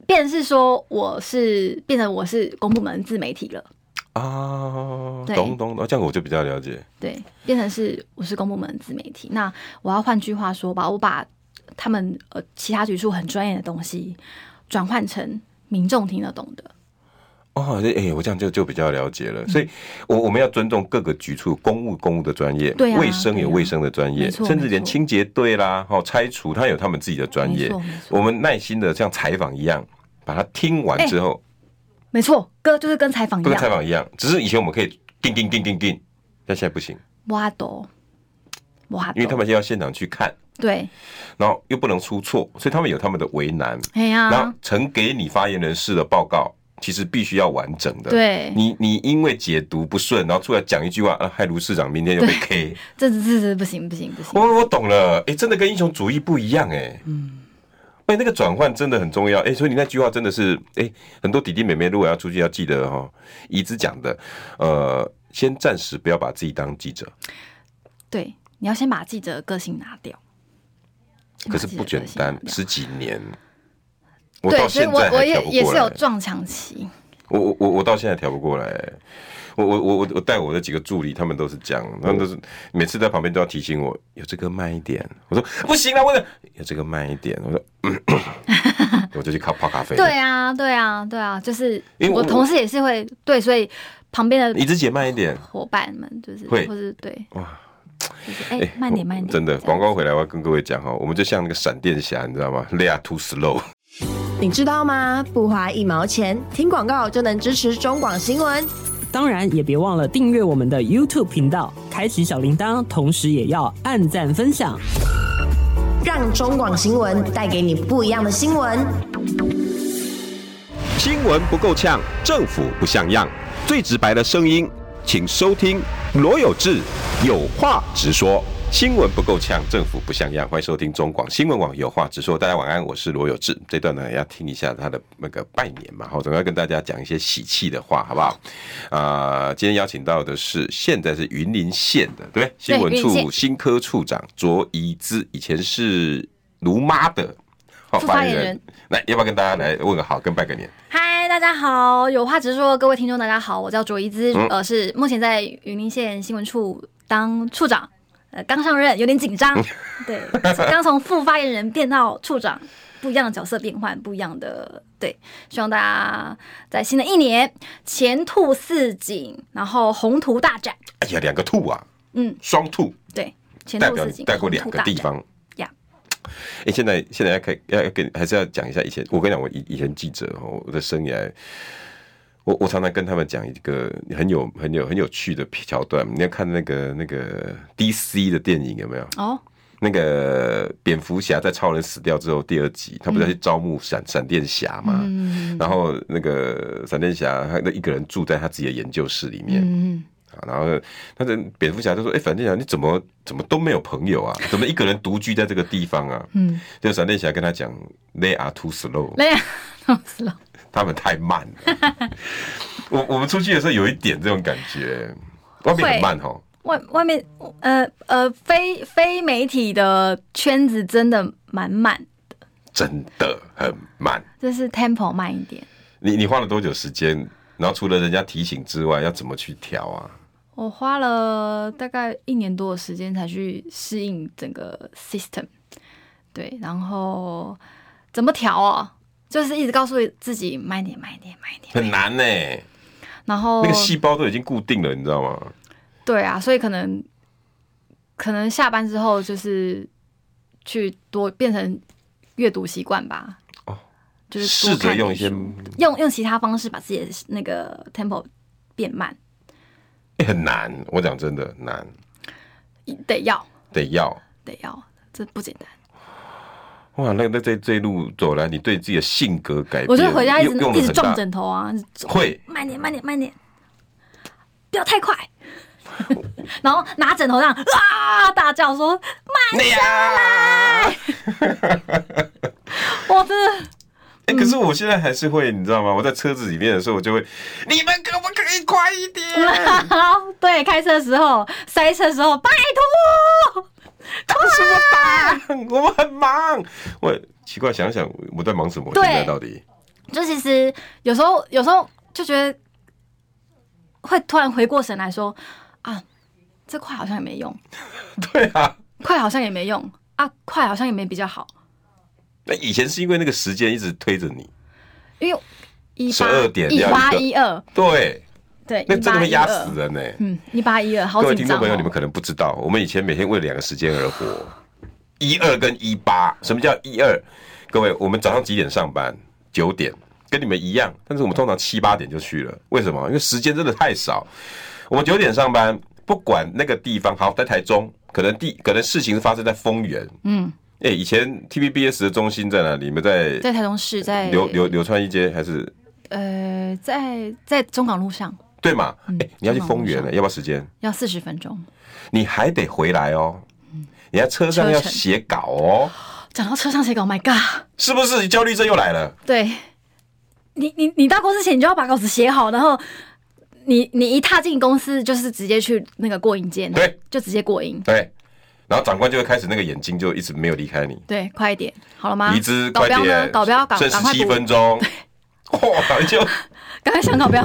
Speaker 2: 变成是说我是变成我是公部门自媒体了，
Speaker 1: 啊，
Speaker 2: 对
Speaker 1: 懂懂懂，这样我就比较了解。
Speaker 2: 对，变成是我是公部门自媒体。那我要换句话说吧，我把他们呃其他局处很专业的东西转换成民众听得懂的。
Speaker 1: 哦，哎、我这样就就比较了解了，所以我我们要尊重各个局处公务公务的专业，
Speaker 2: 对啊
Speaker 1: 卫生有卫生的专业，
Speaker 2: 没错
Speaker 1: 甚至连
Speaker 2: 没错
Speaker 1: 清洁队啦、哦拆除，他有他们自己的专
Speaker 2: 没
Speaker 1: 业
Speaker 2: 错。没错
Speaker 1: 我们耐心的像采访一样，把它听完之后，
Speaker 2: 没错，跟就是跟采访一
Speaker 1: 不跟采
Speaker 2: 样，
Speaker 1: 访一样，只是以前我们可以叮叮叮叮叮，但现在不行，
Speaker 2: 挖斗，挖
Speaker 1: 因为他
Speaker 2: 斗，
Speaker 1: 们现在要现场去看，
Speaker 2: 对，
Speaker 1: 然后又不能出错，所以他们有他们的为难。啊
Speaker 2: 哎呀、
Speaker 1: 然后呈给你发言人室的报告，其实必须要完整的。。
Speaker 2: 对，
Speaker 1: 你你因为解读不顺，然后出来讲一句话，啊，害卢市长明天就被 K。哦
Speaker 2: 这这这这不行不行不行，
Speaker 1: 我我懂了，哎、真的跟英雄主义不一样哎、嗯。哎、那个转换真的很重要哎、所以你那句话真的是哎、很多弟弟妹妹如果要出去要记得哈，怡子讲的，呃，先暂时不要把自己当记者，
Speaker 2: 对，你要先把记者的个性拿掉。先把
Speaker 1: 可是
Speaker 2: 记者
Speaker 1: 不
Speaker 2: 的
Speaker 1: 简
Speaker 2: 个性拿
Speaker 1: 单
Speaker 2: 掉，
Speaker 1: 十几年，我到
Speaker 2: 对，所以
Speaker 1: 现
Speaker 2: 我
Speaker 1: 在
Speaker 2: 我
Speaker 1: 还
Speaker 2: 也
Speaker 1: 调不
Speaker 2: 也
Speaker 1: 过
Speaker 2: 是
Speaker 1: 来
Speaker 2: 有。撞墙期，
Speaker 1: 我我我我到现在调不过来、我我我我我带我的几个助理，他们都是这样，他们都
Speaker 2: 嗯
Speaker 1: 是每次在旁边都要提醒我，有这个慢一点。我说不行了，我的有这个慢一点。我说， 嗯我就去咖泡咖啡。
Speaker 2: 对，啊，对啊，对啊，就是
Speaker 1: 因为我
Speaker 2: 我同事也是会对，所以旁边的
Speaker 1: 你自己也慢一点。
Speaker 2: 伙伴们就是
Speaker 1: 会
Speaker 2: 或是对，
Speaker 1: 哇，
Speaker 2: 就是哎、
Speaker 1: 哎
Speaker 2: 慢点慢点，
Speaker 1: 真的，
Speaker 2: 这样
Speaker 1: 广告回来我要跟各位讲哈，我们就像那个闪电侠，你知道吗？They are too slow。
Speaker 3: 你知道吗？不花一毛钱，听广告就能支持中广新闻。
Speaker 4: 当然也别忘了订阅我们的 YouTube 频道，开启小铃铛，同时也要按赞分享。
Speaker 3: 让中广新闻带给你不一样的新闻。
Speaker 5: 新闻不够呛，政府不像样，最直白的声音，请收听罗有志有话直说。
Speaker 1: 新闻不够呛，政府不像样。欢迎收听中广新闻网有话直说。大家晚安，我是罗有志。这段呢也要听一下他的那个拜年嘛，好，总要跟大家讲一些喜气的话，好不好？啊、今天邀请到的是现在是云林县的，对不对？新闻
Speaker 2: 云林
Speaker 1: 处
Speaker 2: 县
Speaker 1: 新科处长卓怡之，以前是卢妈的。好
Speaker 2: 副发言人，
Speaker 1: 来，要不要跟大家来问个好，跟拜个年？
Speaker 2: 嗨，大家好，有话直说，各位听众大家好，我叫卓一兹，
Speaker 1: 嗯
Speaker 2: 呃，是目前在云林县新闻处当处长，呃，刚上任有点紧张，
Speaker 1: 嗯
Speaker 2: 对，刚从副发言人变到处长，不一样的角色变换，不一样的对，希望大家在新的一年前兔似锦，然后宏图大展，
Speaker 1: 哎呀，两个兔啊，
Speaker 2: 嗯，
Speaker 1: 双兔，
Speaker 2: 对，前
Speaker 1: 代
Speaker 2: 兔
Speaker 1: 表
Speaker 2: 似
Speaker 1: 你
Speaker 2: 锦，
Speaker 1: 带过
Speaker 2: 宏
Speaker 1: 两
Speaker 2: 图
Speaker 1: 个
Speaker 2: 大
Speaker 1: 地
Speaker 2: 展
Speaker 1: 方。
Speaker 2: 呀
Speaker 1: 哎、现在现在要开要要跟还是要讲一下以前，我跟你讲，我以以前记者哦，我的生涯，我我常常跟他们讲一个很有很有很有趣的桥段。你要看那个那个 DC 的电影有没有？
Speaker 2: 哦，
Speaker 1: 那个蝙蝠侠在超人死掉之后，第二集他不是要去招募闪闪、电侠嘛？然后那个闪电侠他一个人住在他自己的研究室里面，
Speaker 2: 嗯，
Speaker 1: 啊，然后他的蝙蝠侠就说：“哎、闪电侠，你怎么怎么都没有朋友啊？怎么一个人独居在这个地方啊？”嗯，就闪电侠跟他讲：“They are too slow，
Speaker 2: 那 样，死了，
Speaker 1: 他们太慢了。 我”我们出去的时候有一点这种感觉，外面很慢哦。
Speaker 2: 外外面呃呃非非媒体的圈子真的满满，
Speaker 1: 真的很慢。
Speaker 2: 就是 tempo 慢一点。
Speaker 1: 你你花了多久时间？然后除了人家提醒之外，要怎么去调啊？
Speaker 2: 我花了大概一年多的时间才去适应整个 system，对，然后怎么调啊？就是一直告诉自己慢一点，慢一点，慢一点，
Speaker 1: 很难呢、
Speaker 2: 然后
Speaker 1: 那个细胞都已经固定了，你知道吗？
Speaker 2: 对啊，所以可能可能下班之后就是去多变成阅读习惯吧。
Speaker 1: 哦，
Speaker 2: 就是多
Speaker 1: 试着
Speaker 2: 看
Speaker 1: 用一些
Speaker 2: 点书用用其他方式把自己的那个 tempo 变慢，
Speaker 1: 哎很难。我讲真的难，
Speaker 2: 得要
Speaker 1: 得要。哎
Speaker 2: 得要，这不简单。
Speaker 1: 哇，那那这这一路走来，你对自己的性格改变，
Speaker 2: 我就回家一直
Speaker 1: 用用得
Speaker 2: 一直
Speaker 1: 很大
Speaker 2: 撞枕头啊，一直撞
Speaker 1: 会
Speaker 2: 慢点慢点慢点，不要太快。 然后拿枕头这样啊大叫说慢下来，我真的
Speaker 1: 哎、可
Speaker 2: 嗯
Speaker 1: 是我现在还是会，你知道吗？我在车子里面的时候，我就会，你们可不可以快一点？
Speaker 2: 对开车的时候塞车的时候拜托，
Speaker 1: 帮什么忙？我们很忙。我奇怪，想想我在忙什么？我现
Speaker 2: 对
Speaker 1: 在到底？
Speaker 2: 就其实有时候有时候就觉得会突然回过神来说啊这快好像也没用，
Speaker 1: 对啊，
Speaker 2: 快好像也没用啊快好像也没比较好，
Speaker 1: 那以前是因为那个时间一直推着你，
Speaker 2: 因为一八
Speaker 1: 12点
Speaker 2: 一
Speaker 1: 要
Speaker 2: 八
Speaker 1: 一个
Speaker 2: 一二
Speaker 1: 对，
Speaker 2: 对，
Speaker 1: 那真的会压
Speaker 2: 1812
Speaker 1: 死人呢、欸
Speaker 2: 嗯，一八一二，好
Speaker 1: 各位
Speaker 2: 紧
Speaker 1: 听众
Speaker 2: 张、哦。
Speaker 1: 朋友，你们可能不知道，我们以前每天为了两个时间而活，一二跟一八。什么叫一二？各位，我们早上几点上班？九点，跟你们一样，但是我们通常七八点就去了。为什么？因为时间真的太少。我们九点上班，不管那个地方，好在台中，可能地可能事情是发生在丰原。
Speaker 2: 嗯，
Speaker 1: 哎、以前 TVBS 的中心在哪里？你们在
Speaker 2: 在台中市，在
Speaker 1: 流流流川一街还是
Speaker 2: 呃，在在中港路上
Speaker 1: 对嘛？哎、
Speaker 2: 嗯
Speaker 1: 你要去
Speaker 2: 中港
Speaker 1: 丰
Speaker 2: 路
Speaker 1: 原
Speaker 2: 上
Speaker 1: 了、要不要时间？
Speaker 2: 要四十分钟。
Speaker 1: 你还得回来哦。你在车上要
Speaker 2: 车程
Speaker 1: 写稿哦，
Speaker 2: 讲到车上写稿，Oh my god！
Speaker 1: 是不是？焦虑症又来了。
Speaker 2: 对，你你你到公司前，你就要把稿子写好，然后你你一踏进公司，就是直接去那个过音间，
Speaker 1: 对，
Speaker 2: 就直接过音。
Speaker 1: 对，然后长官就会开始那个眼睛就一直没有离开你，
Speaker 2: 对，快一点，好了吗？
Speaker 1: 离职
Speaker 2: 导
Speaker 1: 快
Speaker 2: 标啊呢？
Speaker 1: 点，
Speaker 2: 导标赶
Speaker 1: 剩
Speaker 2: 赶快
Speaker 1: 十七
Speaker 2: 补，
Speaker 1: 分钟， 哇，就
Speaker 2: 赶快想导标，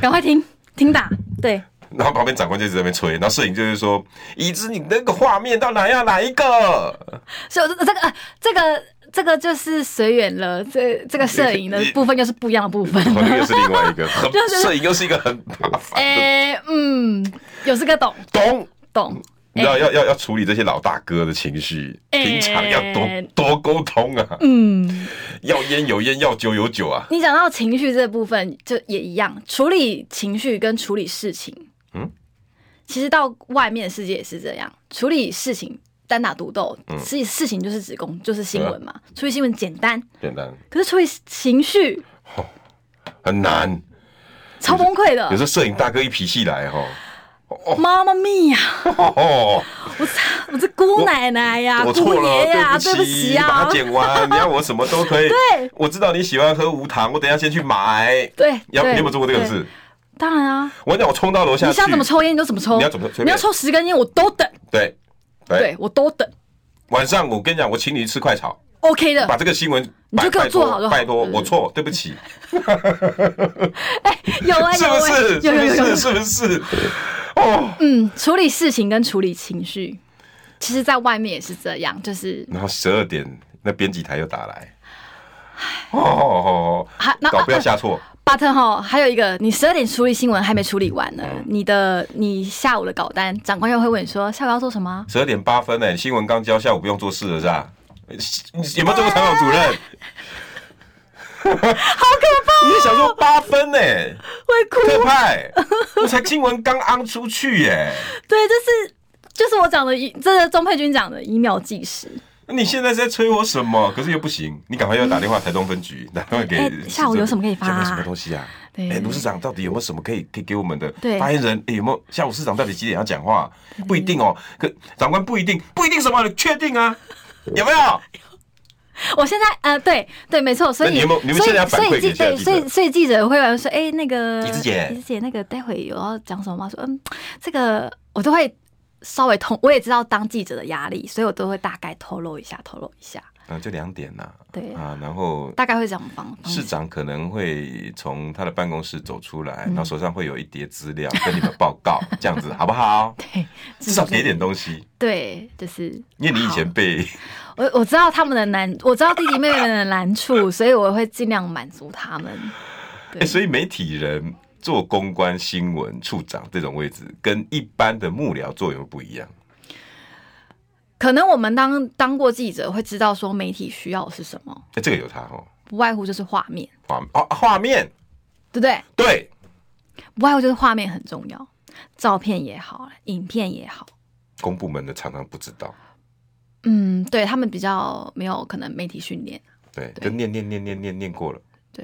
Speaker 2: 赶快听听打。对，
Speaker 1: 然后旁边长官就一直在那边催，然后摄影就是说，椅子你那个画面到哪要哪一个？
Speaker 2: 所以我这这个呃这个这个就是随缘了，这这个摄影的部分又是不一样的部分。
Speaker 1: 哦，那个又是另外一个，很
Speaker 2: 就是
Speaker 1: 摄影又是一个很麻烦的，
Speaker 2: 哎、嗯，有这个懂
Speaker 1: 懂？
Speaker 2: 懂，
Speaker 1: 你知道要要要处理这些老大哥的情绪，
Speaker 2: 哎
Speaker 1: 平常要多多沟通啊，
Speaker 2: 嗯，
Speaker 1: 要烟有烟，要酒有酒啊。
Speaker 2: 你讲到情绪这部分就也一样，处理情绪跟处理事情，
Speaker 1: 嗯，
Speaker 2: 其实到外面的世界也是这样，处理事情单打独斗，
Speaker 1: 嗯
Speaker 2: 事、事情就是职工就是新闻嘛，
Speaker 1: 啊
Speaker 2: 处理新闻简单，
Speaker 1: 简单，
Speaker 2: 可是处理情绪
Speaker 1: 很难。
Speaker 2: 超崩溃
Speaker 1: 有时
Speaker 2: 的，
Speaker 1: 候摄影大哥一脾气来哈，
Speaker 2: 妈妈咪呀、
Speaker 1: 哦，
Speaker 2: 我操，我这姑奶奶呀、
Speaker 1: 我
Speaker 2: 啊姑
Speaker 1: 错了
Speaker 2: 爷，呀、对
Speaker 1: 对不起，
Speaker 2: 起啊呀、
Speaker 1: 把它剪完， 你要我什么都可以。
Speaker 2: 对，
Speaker 1: 我知道你喜欢喝无糖，我等一下先去买。
Speaker 2: 对，
Speaker 1: 要
Speaker 2: 对
Speaker 1: 你有没有做过这个？
Speaker 2: 对
Speaker 1: 事？
Speaker 2: 当然啊，
Speaker 1: 我跟你讲，我冲到楼下去，
Speaker 2: 你想怎么？抽烟你就怎么抽，
Speaker 1: 你要怎么抽随哎便
Speaker 2: 你要抽十根烟我都等，
Speaker 1: 对，
Speaker 2: 对
Speaker 1: 对。
Speaker 2: 我都等
Speaker 1: 晚上我跟你讲，我请你吃快炒，
Speaker 2: ，OK 的
Speaker 1: 把。这个新闻
Speaker 2: 呃你就
Speaker 1: 拜
Speaker 2: 给我
Speaker 1: 拜
Speaker 2: 做
Speaker 1: 托
Speaker 2: 好就好嗯
Speaker 1: 拜托，
Speaker 2: 对
Speaker 1: 我错，对不起，
Speaker 2: 有啊
Speaker 1: 是
Speaker 2: 有
Speaker 1: 不
Speaker 2: 啊，
Speaker 1: 是？
Speaker 2: 有有有
Speaker 1: 是
Speaker 2: 有
Speaker 1: 不
Speaker 2: 有
Speaker 1: 是？是不是？哦。
Speaker 2: 嗯，处理事情跟处理情绪，其实在外面也是这样，就是
Speaker 1: 然后十二点，那编辑台又打来，哦哦
Speaker 2: 还
Speaker 1: 哦，
Speaker 2: 那啊
Speaker 1: 稿不要下错。
Speaker 2: button 哈，还有一个，你十二点处理新闻还没处理完呢，你的你下午的稿单，长官又会问你说下午要做什么啊？
Speaker 1: 十二点八分呢、新闻刚交，下午不用做事了是吧？你有没有做过采访主任？好可怕、哦你想说八分呢、欸
Speaker 2: 会哭
Speaker 1: 特派，我才新闻刚昂出去欸耶、
Speaker 2: 对，就是就是我讲的一，这是钟佩君讲的一秒计时。
Speaker 1: 那你现在是在催我什么？可是又不行，你赶快要打电话台中分局，打电话给、
Speaker 2: 哎下午有什么可以发啊
Speaker 1: 嗯下午有什么东西啊？
Speaker 2: 对
Speaker 1: 哎，卢市长到底有没有什么可以可以给我们的
Speaker 2: 对
Speaker 1: 发言人？哎，有没有下午市长到底几点要讲话？不一定哦，可长官不一定，不一定什么？你确定 啊？有没有？
Speaker 2: 我现在呃，对对，没错，所
Speaker 1: 那你
Speaker 2: 以
Speaker 1: 有没有你们
Speaker 2: 所
Speaker 1: 现在要
Speaker 2: 以
Speaker 1: 反
Speaker 2: 所
Speaker 1: 馈
Speaker 2: 以
Speaker 1: 给
Speaker 2: 记
Speaker 1: 现在
Speaker 2: 对，
Speaker 1: 记者
Speaker 2: 所以所以记者会来说，哎，那个
Speaker 1: 椅子姐
Speaker 2: 椅子姐，那个待会有要讲什么吗？说嗯，这个我都会稍微通，我也知道当记者的压力，所以我都会大概透露一下，透露一下，
Speaker 1: 嗯、就两点呐、
Speaker 2: 对
Speaker 1: 啊，然后
Speaker 2: 大概会这样方方
Speaker 1: 市
Speaker 2: 式。
Speaker 1: 长可能会从他的办公室走出来，然后手上会有一叠资料跟你们报告， 这样子好不好？
Speaker 2: 对，
Speaker 1: 至少给点东西，
Speaker 2: 对，就是
Speaker 1: 因为你以前
Speaker 2: 好
Speaker 1: 被
Speaker 2: 我我知道他们的难，我知道弟弟妹妹们的难处，所以我会尽量满足他们。对，
Speaker 1: 欸所以媒体人做公关、新闻、处长这种位置，跟一般的幕僚做有没有不一样？
Speaker 2: 可能我们当当过记者，会知道说媒体需要的是什么，
Speaker 1: 欸、这个有他哦，
Speaker 2: 不外乎就是画面，
Speaker 1: 画哦画面
Speaker 2: 对不对？
Speaker 1: 对，
Speaker 2: 不外乎就是画面很重要，照片也好，影片也好，
Speaker 1: 公部门的常常不知道，
Speaker 2: 嗯，对他们比较没有可能媒体训练，
Speaker 1: 对，
Speaker 2: 对
Speaker 1: 就念念念念念念过了，
Speaker 2: 对，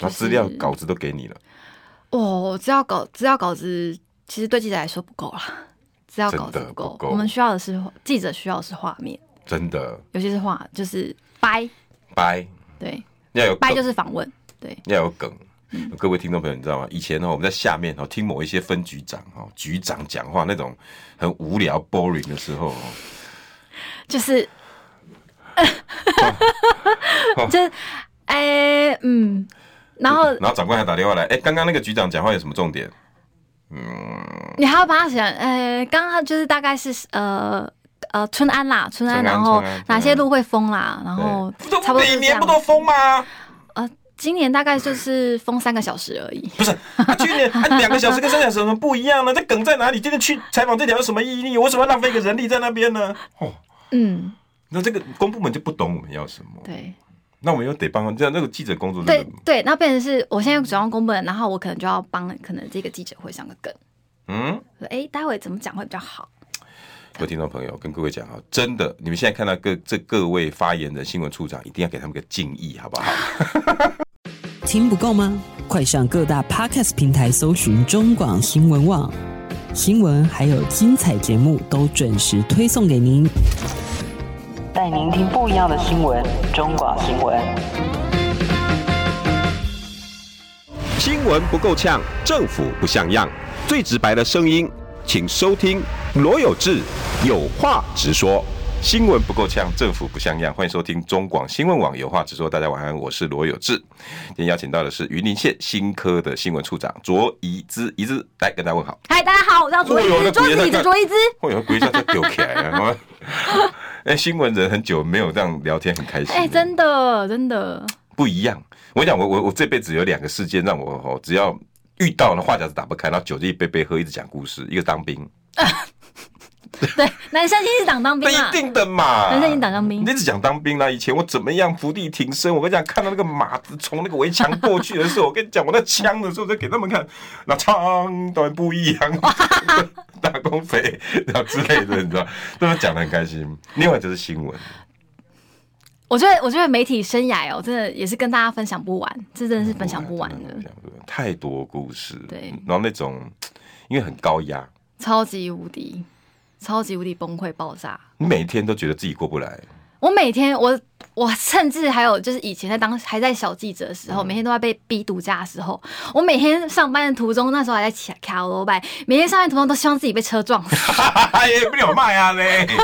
Speaker 1: 然
Speaker 2: 就
Speaker 1: 后资料
Speaker 2: 是
Speaker 1: 稿子都给你了，
Speaker 2: 哦，资料稿资料稿子其实对记者来说不够啦，资料稿子
Speaker 1: 真的
Speaker 2: 够
Speaker 1: 不，够
Speaker 2: 我们需要的是记者需要的是画面，
Speaker 1: 真的
Speaker 2: 尤其是画就是掰，
Speaker 1: 掰
Speaker 2: 对，
Speaker 1: 要有
Speaker 2: 掰
Speaker 1: 梗，
Speaker 2: 就是嗯访问，对，
Speaker 1: 要有梗。各位听众朋友，你知道吗？以前呢，我们在下面哦听某一些分局长哦局长讲话那种很无聊 boring 的时候哦，
Speaker 2: 就是， 就是，哎、嗯，然后
Speaker 1: 然后长官还打电话来，哎，刚刚那个局长讲话有什么重点？
Speaker 2: 你还要帮他想，呃，刚刚他就是大概是呃呃春安啦，春
Speaker 1: 春
Speaker 2: 安，
Speaker 1: 安
Speaker 2: 然后
Speaker 1: 春安
Speaker 2: 哪些路会封啦，然后
Speaker 1: 这
Speaker 2: 差不多
Speaker 1: 每
Speaker 2: 是这
Speaker 1: 年
Speaker 2: 样
Speaker 1: 不。都封吗？
Speaker 2: 呃，今年大概就是封三个小时而已。
Speaker 1: 不是，啊、去年啊 两个小时跟三小时有什么不一样呢？这梗在哪里？今天去采访这条有什么意义？为什么要浪费一个人力在那边呢？哦，
Speaker 2: 嗯，
Speaker 1: 那这个公部门就不懂我们要什么，
Speaker 2: 对
Speaker 1: 那我们又得帮他这样那个记者工作真
Speaker 2: 对
Speaker 1: 的，
Speaker 2: 对，那变成是我现在转换公本，然后我可能就要帮可能这个记者会上个梗，
Speaker 1: 嗯，
Speaker 2: 说哎，待会怎么讲会比较好？
Speaker 1: 各位听众朋友，跟各位讲啊，真的，你们现在看到各这各位发言人、新闻处长，一定要给他们个敬意，好不好？
Speaker 4: 听不够吗？快上各大 podcast 平台搜寻中广新闻网，新闻还有精彩节目都准时推送给您，带您听不一样的新闻。中广新闻。
Speaker 5: 新闻不够呛，政府不像样，最直白的声音，请收听罗有志有话直说。
Speaker 1: 新闻不够呛，政府不像样。欢迎收听中广新闻网有话直说，大家晚安，我是罗有志。今天邀请到的是云林县新科的新闻处长卓宜之，宜之来跟大家问好。
Speaker 2: 嗨，大家好，我叫卓一
Speaker 1: 哦有那
Speaker 2: 之，桌
Speaker 1: 鬼
Speaker 2: 子
Speaker 1: 在
Speaker 2: 椅子
Speaker 1: 看
Speaker 2: 卓一之，
Speaker 1: 我有鬼一下就丢起来了。 哎、新闻人很久没有这样聊天，很开心。
Speaker 2: 哎、真的真的，
Speaker 1: 不一样。我跟你讲，我我我这辈子有两个事件让我哦，只要遇到了话匣子打不开，然后酒就一杯杯喝，一直讲故事。一个当
Speaker 2: 啊
Speaker 1: 兵，
Speaker 2: 对，男生就是党当
Speaker 1: 那
Speaker 2: 兵啊
Speaker 1: 一，定的嘛。
Speaker 2: 男生你党当兵
Speaker 1: 你一直讲当兵啦、以前我怎么样伏地挺身，我跟你讲，看到那个马子从那个围墙过去的时候，我跟你讲，我那枪的时候就给他们看，那枪当然不一 样，大公匪然后之类的，你知道，他们讲的很开心。另外就是新闻，
Speaker 2: 我觉得，我觉得媒体生涯哦，真的也是跟大家分享不完，这哦真的是分享不完的，
Speaker 1: 分享不啊完太多故事。
Speaker 2: 对
Speaker 1: 然后那种因为很高压，
Speaker 2: 超级无敌，超级无敌崩溃爆炸。
Speaker 1: 你每天都觉得自己过不来，
Speaker 2: 我每天，我我甚至还有就是以前在当还在小记者的时候，每天都在被逼独家的时候，我每天上班的途中，那时候还在卡卡罗拜，每天上班途中都希望自己被车撞死，
Speaker 1: 也不了卖啊嘞。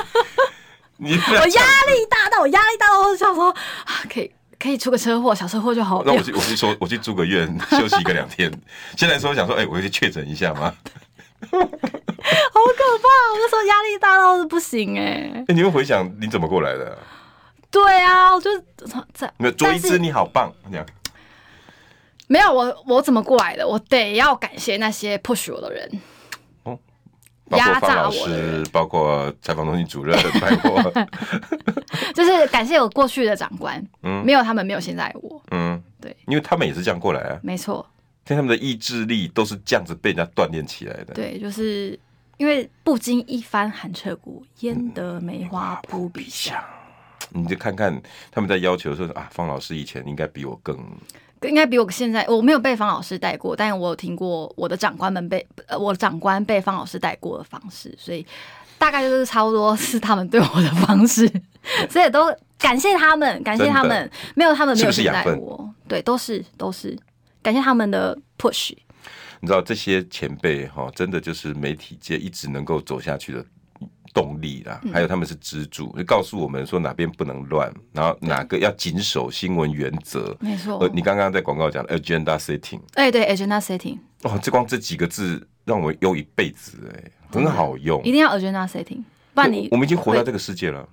Speaker 1: 你不
Speaker 2: 我
Speaker 1: 要
Speaker 2: 压
Speaker 1: 这样
Speaker 2: 力大到我压力大到我想说啊，可以可以出个车祸，小车祸就好
Speaker 1: 那
Speaker 2: 了
Speaker 1: 我。去，我去说，我去住个院 休息个两天。现在说想说，哎、我去确诊一下嘛。
Speaker 2: 好可怕！我那时候压力大到是不行哎、
Speaker 1: 哎、你会回想你怎么过来的、啊？
Speaker 2: 对啊，我就这
Speaker 1: 没有，卓一之你好棒，这样
Speaker 2: 没有我，我怎么过来的？我得要感谢那些 push 我的人，
Speaker 1: 包括
Speaker 2: 压
Speaker 1: 方
Speaker 2: 榨
Speaker 1: 老
Speaker 2: 我的
Speaker 1: 师
Speaker 2: 人，
Speaker 1: 包括采访中心主任，包括
Speaker 2: 就是感谢我过去的长官，
Speaker 1: 嗯
Speaker 2: 没有他们，没有现在的我，
Speaker 1: 嗯，
Speaker 2: 对，
Speaker 1: 因为他们也是这样过来啊，
Speaker 2: 没错，
Speaker 1: 像他们的意志力都是这样子被人家锻炼起来的。
Speaker 2: 对，就是因为不经一番寒彻骨，焉得梅花扑鼻香。
Speaker 1: 你就看看他们在要求说啊，方老师以前应该比我更
Speaker 2: 应该比我现在，我没有被方老师带过，但我有听过我的长官们被呃，我长官被方老师带过的方式，所以大概就是差不多是他们对我的方式， 所以都感谢他们，感谢他
Speaker 1: 真
Speaker 2: 们，没有他们没
Speaker 1: 是
Speaker 2: 有
Speaker 1: 不是
Speaker 2: 现在
Speaker 1: 养分
Speaker 2: 我，对，都是都是感谢他们的 push，
Speaker 1: 你知道这些前辈哈，真的就是媒体界一直能够走下去的动力啦，
Speaker 2: 嗯
Speaker 1: 还有他们是支柱，就告诉我们说哪边不能乱，然后哪个要谨守新闻原则。
Speaker 2: 没错
Speaker 1: 呃，，你刚刚在广告讲的 agenda setting，
Speaker 2: 哎、对，agenda setting
Speaker 1: 哦，这光这几个字让我用一辈子哎、很好用
Speaker 2: 一。定要 agenda setting，不然你
Speaker 1: 我我们已经活在这
Speaker 2: 个
Speaker 1: 个世界了。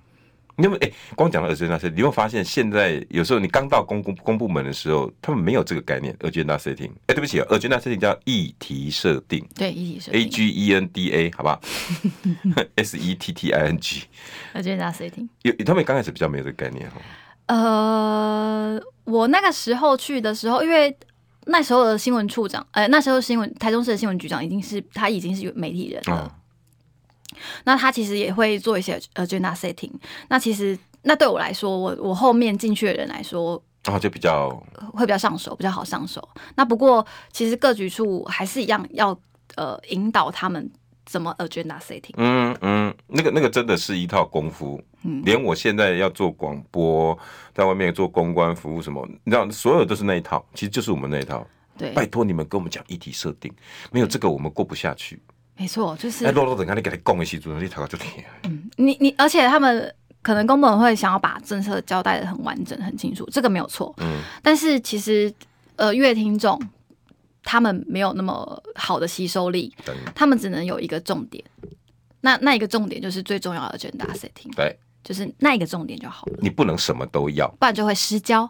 Speaker 1: 你有没有？哎、光讲到 agenda setting，你有没有发现现在有时候你刚到公公公部门的时候，他们没有这个概念 agenda setting。哎、对不起，agenda setting 叫议题设定。
Speaker 2: 对一体设
Speaker 1: A
Speaker 2: 定
Speaker 1: G E N D A，好吧 ，S E T T I N G，
Speaker 2: agenda setting。
Speaker 1: 有他们刚开始比较没有这个概念哦。
Speaker 2: 呃，我那个时候去的时候，因为那时候的
Speaker 1: 哦
Speaker 2: 新闻处长，呃，那时候新闻台中市的新闻局长已经是他已经是有媒体人了，
Speaker 1: 啊，
Speaker 2: 那他其实也会做一些呃 agenda setting。那其实那对我来说，我我后面进去的人来说
Speaker 1: 然后就比较
Speaker 2: 会比较上手，比较好上手。那不过其实各局处还是一样要呃引导他们怎么 agenda setting。
Speaker 1: 嗯嗯，那个那个真的是一套功夫。
Speaker 2: 嗯
Speaker 1: 连我现在要做广播，在外面做公关服务什么，你知道，所有都是那一套，其实就是我们那一套。
Speaker 2: 对，
Speaker 1: 拜托你们跟我们讲议题设定，没有这个我们过不下去。
Speaker 2: 没错，就是
Speaker 1: 哎，洛洛等下你给他讲的时候，你头壳就疼。
Speaker 2: 你你，而且他们可能公部门会想要把政策交代的很完整、很清楚，这个没有错。
Speaker 1: 嗯，
Speaker 2: 但是其实呃，乐听众他们没有那么好的吸收力，
Speaker 1: 等你
Speaker 2: 他们只能有一个重点。那那一个重点就是最重要的 agenda setting，
Speaker 1: 对，
Speaker 2: 就是那一个重点就好了，
Speaker 1: 你不能什么都要，
Speaker 2: 不然就会失焦，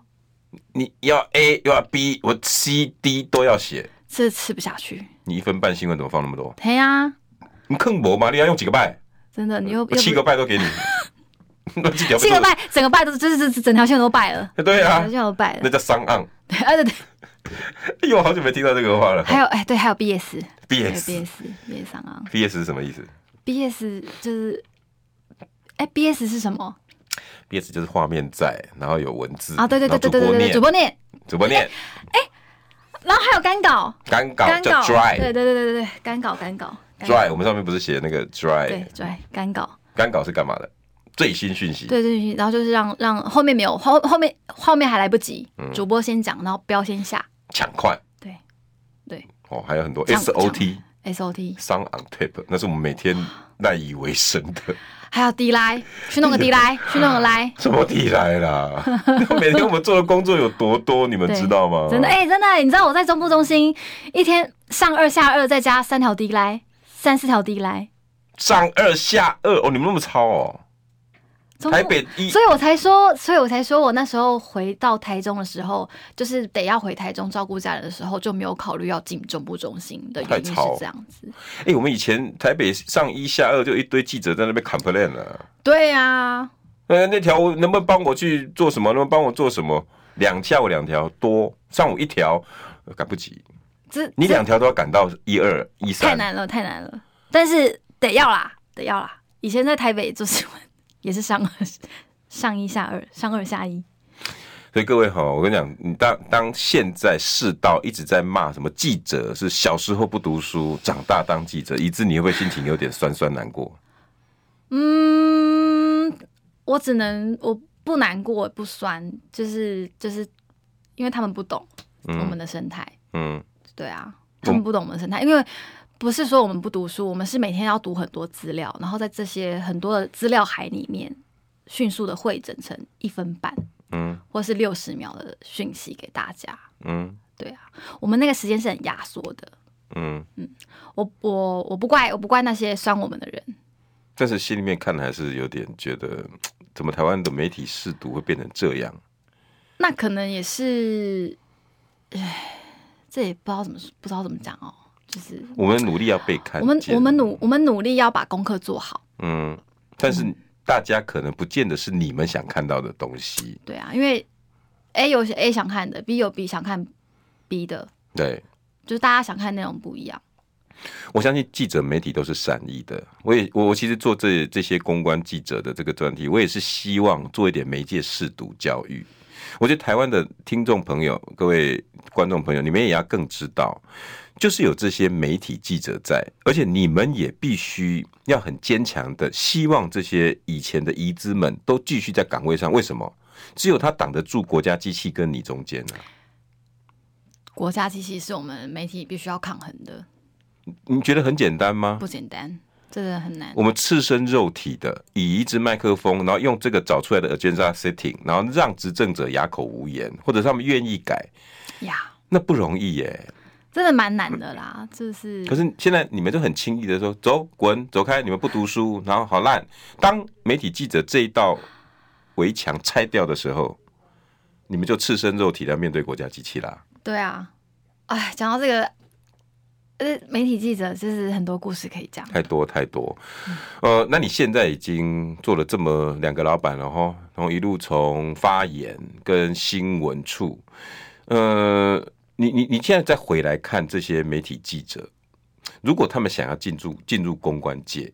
Speaker 1: 你要 A 又要 B，我 C、D 都要写。
Speaker 2: 这吃不下去。
Speaker 1: 你一分半新闻怎么放那么多？
Speaker 2: 嘿呀、
Speaker 1: 你坑博嘛？你要用几个拜？
Speaker 2: 真的，你又
Speaker 1: 我
Speaker 2: 又
Speaker 1: 七个拜都 给你，那几条
Speaker 2: 七个，拜，整个拜都就是就是整条线都拜了，
Speaker 1: 对
Speaker 2: 整
Speaker 1: 啊
Speaker 2: 条，线都拜
Speaker 1: 那
Speaker 2: 了。
Speaker 1: 叫商案。
Speaker 2: 对，而且对，
Speaker 1: 哎呦，我好久没听到这个话了。
Speaker 2: 还有哎，对，还有 BS，对
Speaker 1: BS
Speaker 2: ，BS，BS 上啊。
Speaker 1: BS 是什么意思
Speaker 2: BS 就是，哎、b s 是什么
Speaker 1: ？BS 就是画面在，然后有文字
Speaker 2: 啊？对对对
Speaker 1: 然后
Speaker 2: 对对对对，主
Speaker 1: 主播念
Speaker 2: 播念，
Speaker 1: 主播念，
Speaker 2: 然后还有干稿，
Speaker 1: 干稿
Speaker 2: 干
Speaker 1: 叫
Speaker 2: 稿，
Speaker 1: dry
Speaker 2: 对对对对对对，干稿干稿干稿
Speaker 1: dry，我们上面不是写那个
Speaker 2: 对
Speaker 1: dry
Speaker 2: 对干稿，
Speaker 1: 干稿是干嘛的？最新讯息。
Speaker 2: 对对对，然后就是让让后面没有后后面后面还来不及，
Speaker 1: 嗯
Speaker 2: 主播先讲，然后标先下，
Speaker 1: 抢快
Speaker 2: 对对
Speaker 1: 哦，还有很多
Speaker 2: 抢
Speaker 1: SOT
Speaker 2: 抢 SOT，
Speaker 1: Sound on Tape，那是我们每天赖以为生的。
Speaker 2: 还有 D 来去弄个 D 来 去弄个来，
Speaker 1: 什么题来啦？ 每天我们做的工作有多多，你们
Speaker 2: 对
Speaker 1: 知道吗？
Speaker 2: 真的哎、真的，你知道我在中部中心一天上二下二，再加三条 D 来，三四条 D 来，
Speaker 1: 上二下二哦，你们那么超哦。
Speaker 2: 中部
Speaker 1: 台北一
Speaker 2: 所以我才说，所以我才说我那时候回到台中的时候，就是得要回台中照顾家人的时候，就没有考虑要进中部中心的原
Speaker 1: 太
Speaker 2: 因是
Speaker 1: 吵
Speaker 2: 这样子。
Speaker 1: 哎、我们以前台北上一下二就一堆记者在那边 complain 了。
Speaker 2: 对啊，
Speaker 1: 呃，那条能不能帮我去做什么？能不能帮我做什么？两下午两条多，上午一条，呃赶不及。
Speaker 2: 这
Speaker 1: 你
Speaker 2: 这
Speaker 1: 两条都要赶到一二一
Speaker 2: 太
Speaker 1: 三，
Speaker 2: 难了，太难了。但是得要啦，得要啦。以前在台北做新闻也是上二上一下二，上二下一。
Speaker 1: 所以各位哈，我跟你讲，你当当现在世道一直在骂什么记者是小时候不读书，长大当记者，以致你会不会心情有点酸酸难过？
Speaker 2: 嗯，我只能我不难过，不酸，就是就是因为他们不懂我们
Speaker 1: 嗯
Speaker 2: 的生态。
Speaker 1: 嗯，
Speaker 2: 对啊，他们不懂我们的生态，因为不是说我们不读书，我们是每天要读很多资料，然后在这些很多的资料海里面，迅速的汇整成一分半，
Speaker 1: 嗯，
Speaker 2: 或是六十秒的讯息给大家。
Speaker 1: 嗯
Speaker 2: 对啊，我们那个时间是很压缩的。
Speaker 1: 嗯，
Speaker 2: 我我我不怪我不怪那些酸我们的人，
Speaker 1: 但是心里面看还是有点觉得，怎么台湾的媒体试读会变成这样？
Speaker 2: 那可能也是，唉，这也不知道怎么说不知道怎么讲哦，就是
Speaker 1: 我们努力要被看
Speaker 2: 我们
Speaker 1: 见
Speaker 2: 我们努我们努力要把功课做好。
Speaker 1: 嗯，但是大家可能不见得是你们想看到的东西，
Speaker 2: 对啊，因为 A 有 A 想看的，B 有 B 想看 B 的，
Speaker 1: 对。
Speaker 2: 就是大家想看内容不一样。
Speaker 1: 我相信记者媒体都是善意的。我也我我其实做这这些公关记者的这个专题，我也是希望做一点媒介试读教育。我觉得台湾的听众朋友、各位观众朋友，你们也要更知道，就是有这些媒体记者在，而且你们也必须要很坚强的，希望这些以前的遗资们都继续在岗位上。为什么？只有他挡得住国家机器跟你中间呢、啊
Speaker 2: 国家机器是我们媒体必须要抗衡的，
Speaker 1: 你觉得很简单吗？
Speaker 2: 不简单，真的很难。
Speaker 1: 我们赤身肉体的，以一支麦克风，然后用这个找出来的 agenda setting，然后让执政者哑口无言，或者他们愿意改，
Speaker 2: 呀，
Speaker 1: 那不容易耶。
Speaker 2: 真的蛮难的啦，就是
Speaker 1: 可是现在你们就很轻易的说走滚走开，你们不读书，然后好烂。当媒体记者这一道围墙拆掉的时候，你们就赤身肉体来面对国家机器啦。
Speaker 2: 对啊，哎，讲到这个。呃，媒体记者就是很多故事可以讲，
Speaker 1: 太多太多。呃，那你现在已经做了这么两个老板了哈，然后一路从发言跟新闻处，呃，你你你现在再回来看这些媒体记者，如果他们想要进入进入公关界，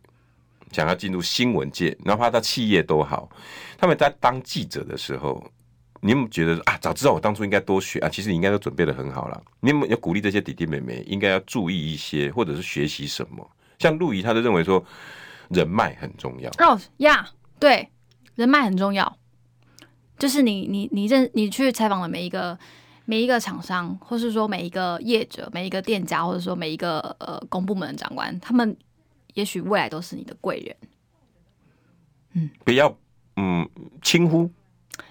Speaker 1: 想要进入新闻界，哪怕到企业都好，他们在当记者的时候，你有没有觉得啊，早知道我当初应该多学啊？其实你应该都准备的很好了。你有没有要鼓励这些弟弟妹妹应该要注意一些，或者是学习什么？像陆怡，他就认为说人脉很重要。
Speaker 2: 哦呀，对，人脉很重要，就是你你你认你去采访了每一个每一个厂商，或是说每一个业者、每一个店家，或者说每一个呃公部门的长官，他们也许未来都是你的贵人。
Speaker 1: 不要嗯轻忽，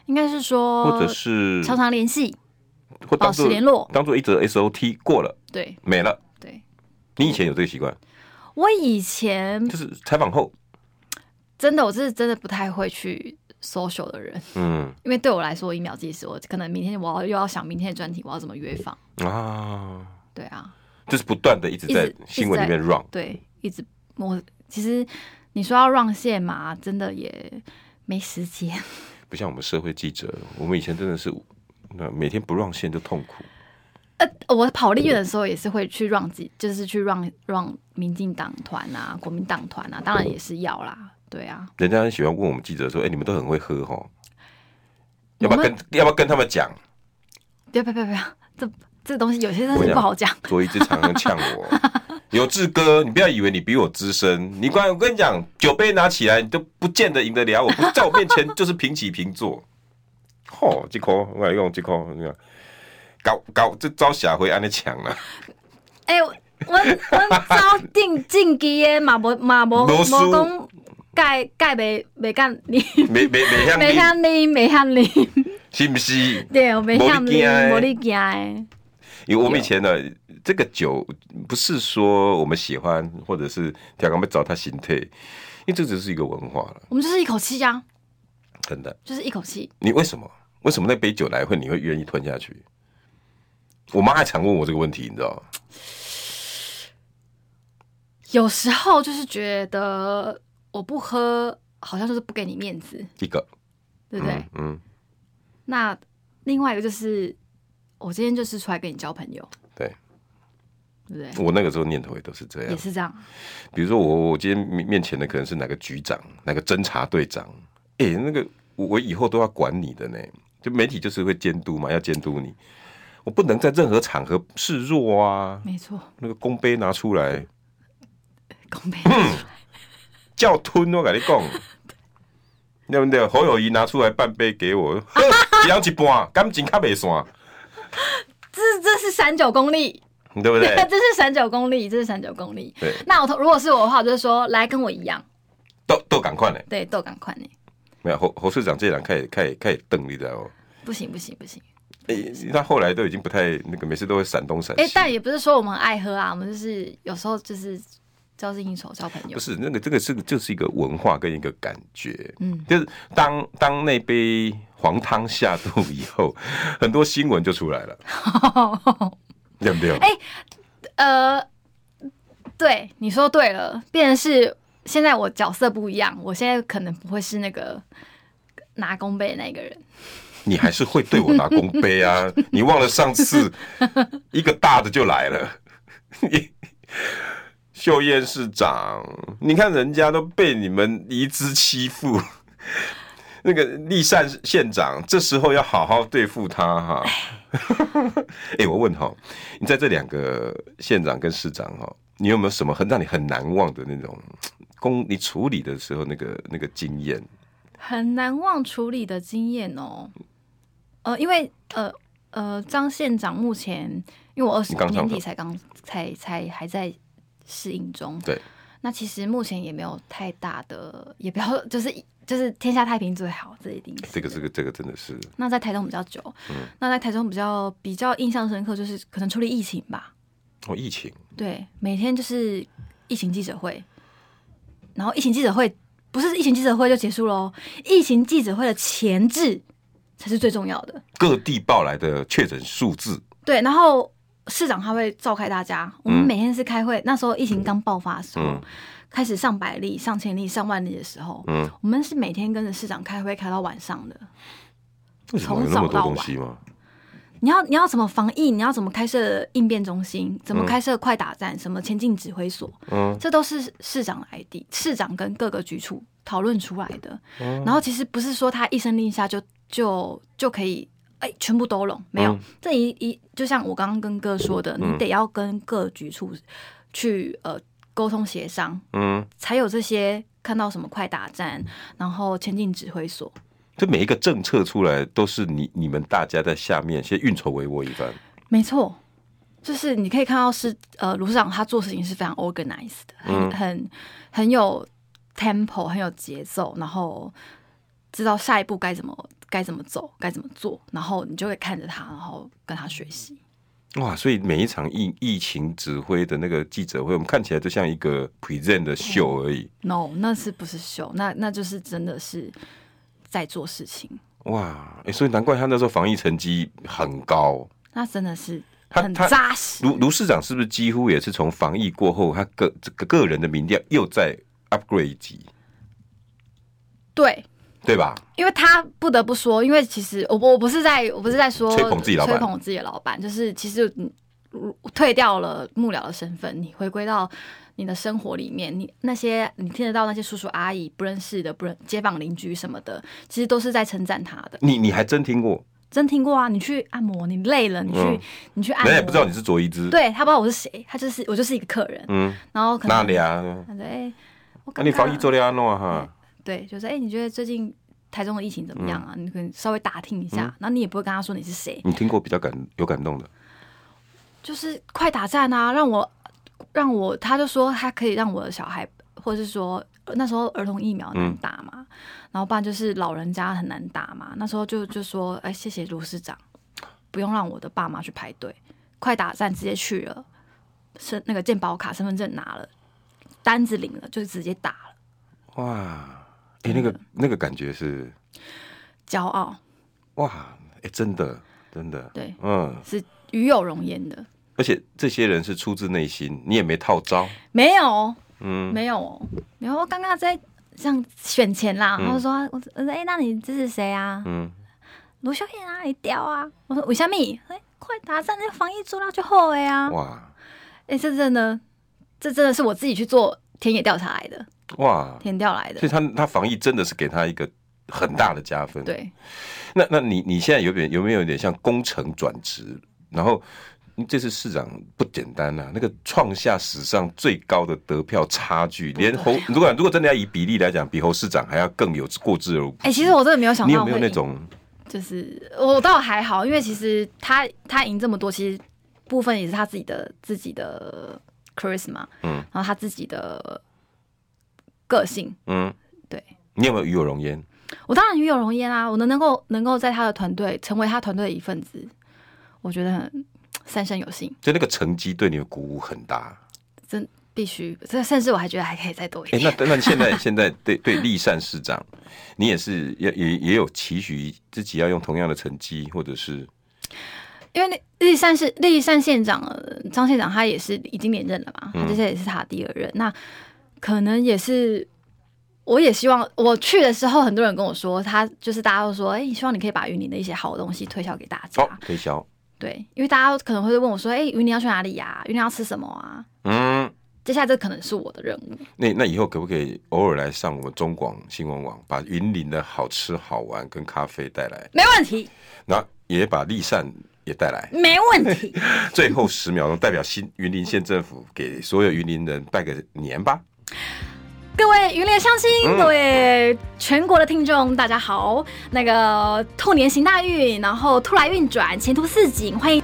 Speaker 2: 应该是说，
Speaker 1: 或者是
Speaker 2: 哦常常联系，
Speaker 1: 或当
Speaker 2: 保
Speaker 1: 做
Speaker 2: 持联络
Speaker 1: 当做一则 SOT 过了
Speaker 2: 对
Speaker 1: 没了。
Speaker 2: 对。
Speaker 1: 你以前有这个习惯，
Speaker 2: 我以前
Speaker 1: 就是采访后，
Speaker 2: 真的，我是真的不太会去 social 的人，
Speaker 1: 嗯
Speaker 2: 因为对我来说，一秒计时，我可能明天我要又要想明天的专题，我要怎么约访。
Speaker 1: 啊，
Speaker 2: 对啊，
Speaker 1: 就是不断的一直
Speaker 2: 一直
Speaker 1: 在新闻里面 run，
Speaker 2: 对，一直我其实你说要让线嘛，真的也没时间。
Speaker 1: 不像我们社会记者，我们以前真的是那每天不 run 线就痛苦。
Speaker 2: 呃我跑立院的时候也是会去让自己，就是去让让民进党团啊、国民党团啊，当然也是要啦。对啊，
Speaker 1: 人家很喜欢问我们记者说：“哎、你们都很会喝哦，
Speaker 2: 我
Speaker 1: 要
Speaker 2: 们
Speaker 1: 不要跟要不要跟他们讲
Speaker 2: 不要不要不要不要，这这东西有些真
Speaker 1: 我
Speaker 2: 的是
Speaker 1: 想
Speaker 2: 不好讲。？”
Speaker 1: 所以就常常呛我。 有志哥，你不要以为你比我资深，你光我跟你讲，酒杯拿起来，你都不见得赢得了我。不在我面前就是平起平坐。 吼、这颗我来用这颗，你看，搞搞这招下回安尼抢啊了，
Speaker 2: 哎、我我我招定晋级的嘛无嘛无
Speaker 1: 无
Speaker 2: 无
Speaker 1: 输
Speaker 2: 讲盖盖袂袂干你，
Speaker 1: 没没没向
Speaker 2: 袂
Speaker 1: 你，
Speaker 2: 向你，袂向你，
Speaker 1: 是不是？
Speaker 2: 对，袂向
Speaker 1: 无你
Speaker 2: 你，
Speaker 1: 怕的
Speaker 2: 无你惊的。
Speaker 1: 因为我们以前呢，这个酒不是说我们喜欢，或者是调岗们找他心退，因为这只是一个文化了，
Speaker 2: 我们就是一口气啊，
Speaker 1: 真的。
Speaker 2: 就是一口气。
Speaker 1: 你为什么？为什么那杯酒来会你会愿意吞下去？我妈还常问我这个问题，你知道吗？
Speaker 2: 有时候就是觉得我不喝，好像就是不给你面子，
Speaker 1: 一个，
Speaker 2: 对不对？
Speaker 1: 嗯，
Speaker 2: 那另外一个就是，我今天就是出来跟你交朋友，
Speaker 1: 对
Speaker 2: 对不对？
Speaker 1: 嗯，我那个时候念头也都是这
Speaker 2: 也
Speaker 1: 样。
Speaker 2: 是这样，
Speaker 1: 比如说我我今天面面前的可能是哪个局长、哪个侦查队长，哎、那个我我以后都要管你的呢。就媒体就是会监督嘛，要监督你，我不能在任何场合示弱啊。
Speaker 2: 没错，
Speaker 1: 那个公杯拿出来，
Speaker 2: 公平。
Speaker 1: 嗯叫吞，我跟你 讲，对不对？侯友谊拿出来半杯给我，呵只要一半，感情较袂散，
Speaker 2: 这这是闪九功力，
Speaker 1: 对不对？
Speaker 2: 这是闪九功力，这是闪九功力。
Speaker 1: 对，
Speaker 2: 那我同如果是我的话，我就是说，来跟我一样，
Speaker 1: 都都赶快嘞！
Speaker 2: 对，豆赶快呢，
Speaker 1: 没有侯侯市长这两开始开始开始瞪，你知道吗？
Speaker 2: 不行不行不行。
Speaker 1: 诶、他后来都已经不太那个，每次都会闪东闪
Speaker 2: 哎、
Speaker 1: 西。
Speaker 2: 但也不是说我们很爱喝啊，我们就是有时候就是交心应手交朋友
Speaker 1: 不。是那个，这个是就是一个文化跟一个感觉，
Speaker 2: 嗯，
Speaker 1: 就是当当那杯黄汤下肚以后， 很多新闻就出来了， 对不对？
Speaker 2: 呃，对，你说对了，变成是现在我角色不一样，我现在可能不会是那个拿弓背的那个人。
Speaker 1: 你还是会对我拿公杯啊！你忘了上次一个大的就来了， 你秀燕市长，你看人家都被你们黎姿欺负， 那个立善县长这时候要好好对付他哈。 哎、我问哈，你在这两个县长跟市长哈，你有没有什么很让你很难忘的那种公你处理的时候那个那个经验？
Speaker 2: 很难忘处理的经验哦。呃，因为呃呃，张县长目前，因为我二十
Speaker 1: 你刚上
Speaker 2: 年
Speaker 1: 任
Speaker 2: 底才刚才才还在适应中，
Speaker 1: 对，
Speaker 2: 那其实目前也没有太大的，也不要就是就是天下太平最好，这一定是
Speaker 1: 这个这个这个真的是
Speaker 2: 那在台中比较久，
Speaker 1: 嗯
Speaker 2: 那在台中比较比较印象深刻，就是可能处理疫情吧，
Speaker 1: 哦，疫情。
Speaker 2: 对，每天就是疫情记者会，然后疫情记者会不是疫情记者会就结束喽，疫情记者会的前置才是最重要的。
Speaker 1: 各地报来的确诊数字，
Speaker 2: 对，然后市长他会召开大家，我们每天是开会。那时候疫情刚爆发的时候，
Speaker 1: 嗯
Speaker 2: 开始上百例、上千例、上万例的时候，
Speaker 1: 嗯
Speaker 2: 我们是每天跟着市长开会开到晚上的。
Speaker 1: 为什么有那么多东西吗？
Speaker 2: 你要你要怎么防疫？你要怎么开设应变中心？怎么
Speaker 1: 嗯
Speaker 2: 开设快打站？什么前进指挥所？
Speaker 1: 嗯
Speaker 2: 这都是市长的 ID，市长跟各个局处讨论出来的。
Speaker 1: 哦
Speaker 2: 然后其实不是说他一声令下就就就可以，哎，全部都拢没有。
Speaker 1: 嗯
Speaker 2: 这一一就像我刚刚跟哥说的，你
Speaker 1: 嗯
Speaker 2: 得要跟各局处去呃沟通协商，
Speaker 1: 嗯，
Speaker 2: 才有这些看到什么快打站，然后前进指挥所。
Speaker 1: 这每一个政策出来都是你你们大家在下面先运筹帷幄一番，
Speaker 2: 没错，就是你可以看到是呃，卢市长他做事情是非常 organized 的，很、
Speaker 1: 嗯
Speaker 2: 很很有 tempo，很有节奏，然后知道下一步该怎么该怎么走，该怎么做，然后你就会看着他，然后跟他学习。
Speaker 1: 哇！所以每一场疫疫情指挥的那个记者会，我们看起来就像一个 present 的秀而已。
Speaker 2: No，那是不是秀？那那就是真的是在做事情，
Speaker 1: 哇，诶所以难怪他那时候防疫成绩很高。
Speaker 2: 那真的是
Speaker 1: 他
Speaker 2: 很
Speaker 1: 他
Speaker 2: 扎实。
Speaker 1: 卢卢市长是不是几乎也是从防疫过后，他个这个个人的民调又在 upgrade 一级，
Speaker 2: 对，
Speaker 1: 对吧？
Speaker 2: 因为他不得不说，因为其实我不我不是在我不是在说
Speaker 1: 吹捧自己老板
Speaker 2: 吹捧我自己的老板，就是其实你退掉了幕僚的身份，你回归到你的生活里面，你那些你听得到那些叔叔阿姨不认识的、不认街坊邻居什么的，其实都是在称赞他的。
Speaker 1: 你你还真听过，
Speaker 2: 真听过啊？你去按摩，你累了，你去、
Speaker 1: 嗯
Speaker 2: 你去按摩，
Speaker 1: 人家也不知道你是卓一之，，
Speaker 2: 哎对他不知道我是谁，他就是我就是一个客人，
Speaker 1: 嗯，
Speaker 2: 然后可能
Speaker 1: 那里啊？
Speaker 2: 他说哎，我
Speaker 1: 那你
Speaker 2: 刚刚
Speaker 1: 防疫做了安诺哈？
Speaker 2: 对，就是哎、你觉得最近台中的疫情怎么样啊？你可以稍微打听一下，然后你也不会跟他说你是谁，
Speaker 1: 你听过比较感有感动的，
Speaker 2: 就是快打战啊，让我让我，他就说他可以让我的小孩，或者是说呃那时候儿童疫苗很难打嘛，然后不然就是老人家很难打嘛，那时候就就说哎、谢谢卢市长，不用让我的爸妈去排队，快打战直接去了，身那个健保卡、身份证拿了，单子领了就直接打了，
Speaker 1: 哇！哎、那个那个感觉是
Speaker 2: 骄傲，
Speaker 1: 哇，哎、真的真的，
Speaker 2: 对
Speaker 1: 嗯，
Speaker 2: 是与有容焉的。
Speaker 1: 而且这些人是出自内心，你也没套招，
Speaker 2: 没有，
Speaker 1: 嗯，
Speaker 2: 没有哦，然后刚刚在像选前啦，然后说，我我说，哎、那你支持谁啊？
Speaker 1: 嗯，
Speaker 2: 卢秀燕啊，你屌啊！我说为什么？哎、快打战，那防疫做到就好的啊！
Speaker 1: 哇
Speaker 2: 哎、这真的，这真的是我自己去做田野调查来的，
Speaker 1: 哇，
Speaker 2: 田调来
Speaker 1: 所以
Speaker 2: 的。
Speaker 1: 他他防疫真的是给他一个很大的加分，。
Speaker 2: 对，
Speaker 1: 那那你你现在有点有没有点像工程转职？然后嗯这次市长不简单啊，那个创下史上最高的得票差距，连
Speaker 2: 啊
Speaker 1: 侯如果如果真的要以比例来讲，比侯市长还要更有过之而无不
Speaker 2: 哎、
Speaker 1: 及
Speaker 2: 其实我真的没有想
Speaker 1: 你
Speaker 2: 到
Speaker 1: 有
Speaker 2: 会
Speaker 1: 没
Speaker 2: 赢，
Speaker 1: 有那种
Speaker 2: 就是我倒还好，因为其实他他赢这么多，其实部分也是他自己的自己的 charisma，
Speaker 1: 嗯，
Speaker 2: 然后他自己的个性，
Speaker 1: 嗯？
Speaker 2: 对，
Speaker 1: 你有没有与有容焉？
Speaker 2: 我当然与有容焉啊！我能能够能够在他的团队成为他团队的一份子，我觉得很三生有幸，
Speaker 1: 就那个成绩对你的鼓舞很大。
Speaker 2: 真必须。这甚至我还觉得还可以再多一
Speaker 1: 哎、
Speaker 2: 点。
Speaker 1: 那那现在现在对对立善市长，你也是也也也有期许自己要用同样的成绩，或者是
Speaker 2: 因为那立善是立善县长呃张县长，他也是已经连任了嘛，
Speaker 1: 嗯
Speaker 2: 嗯他这些也是他的第二任。那可能也是，我也希望我去的时候，很多人跟我说，他就是大家都说，哎、希望你可以把云林的一些好东西推销给大家。
Speaker 1: 哦推销，
Speaker 2: 对，因为大家可能会问我说，哎、云林要去哪里呀、云林要吃什么啊？
Speaker 1: 嗯。
Speaker 2: 接下来这可能是我的任务。
Speaker 1: 那那以后可不可以偶尔来上我们中广新闻网，把云林的好吃好玩跟咖啡带来，
Speaker 2: 没问题，
Speaker 1: 然后也把利善也带来。
Speaker 2: 没问题。
Speaker 1: 最后十秒钟，代表新 云林县政府给所有云林人拜个年吧。
Speaker 2: 各位云猎乡亲，
Speaker 1: 嗯
Speaker 2: 各位全国的听众，大家好。那个兔年行大运，然后兔来运转，前途似锦，欢迎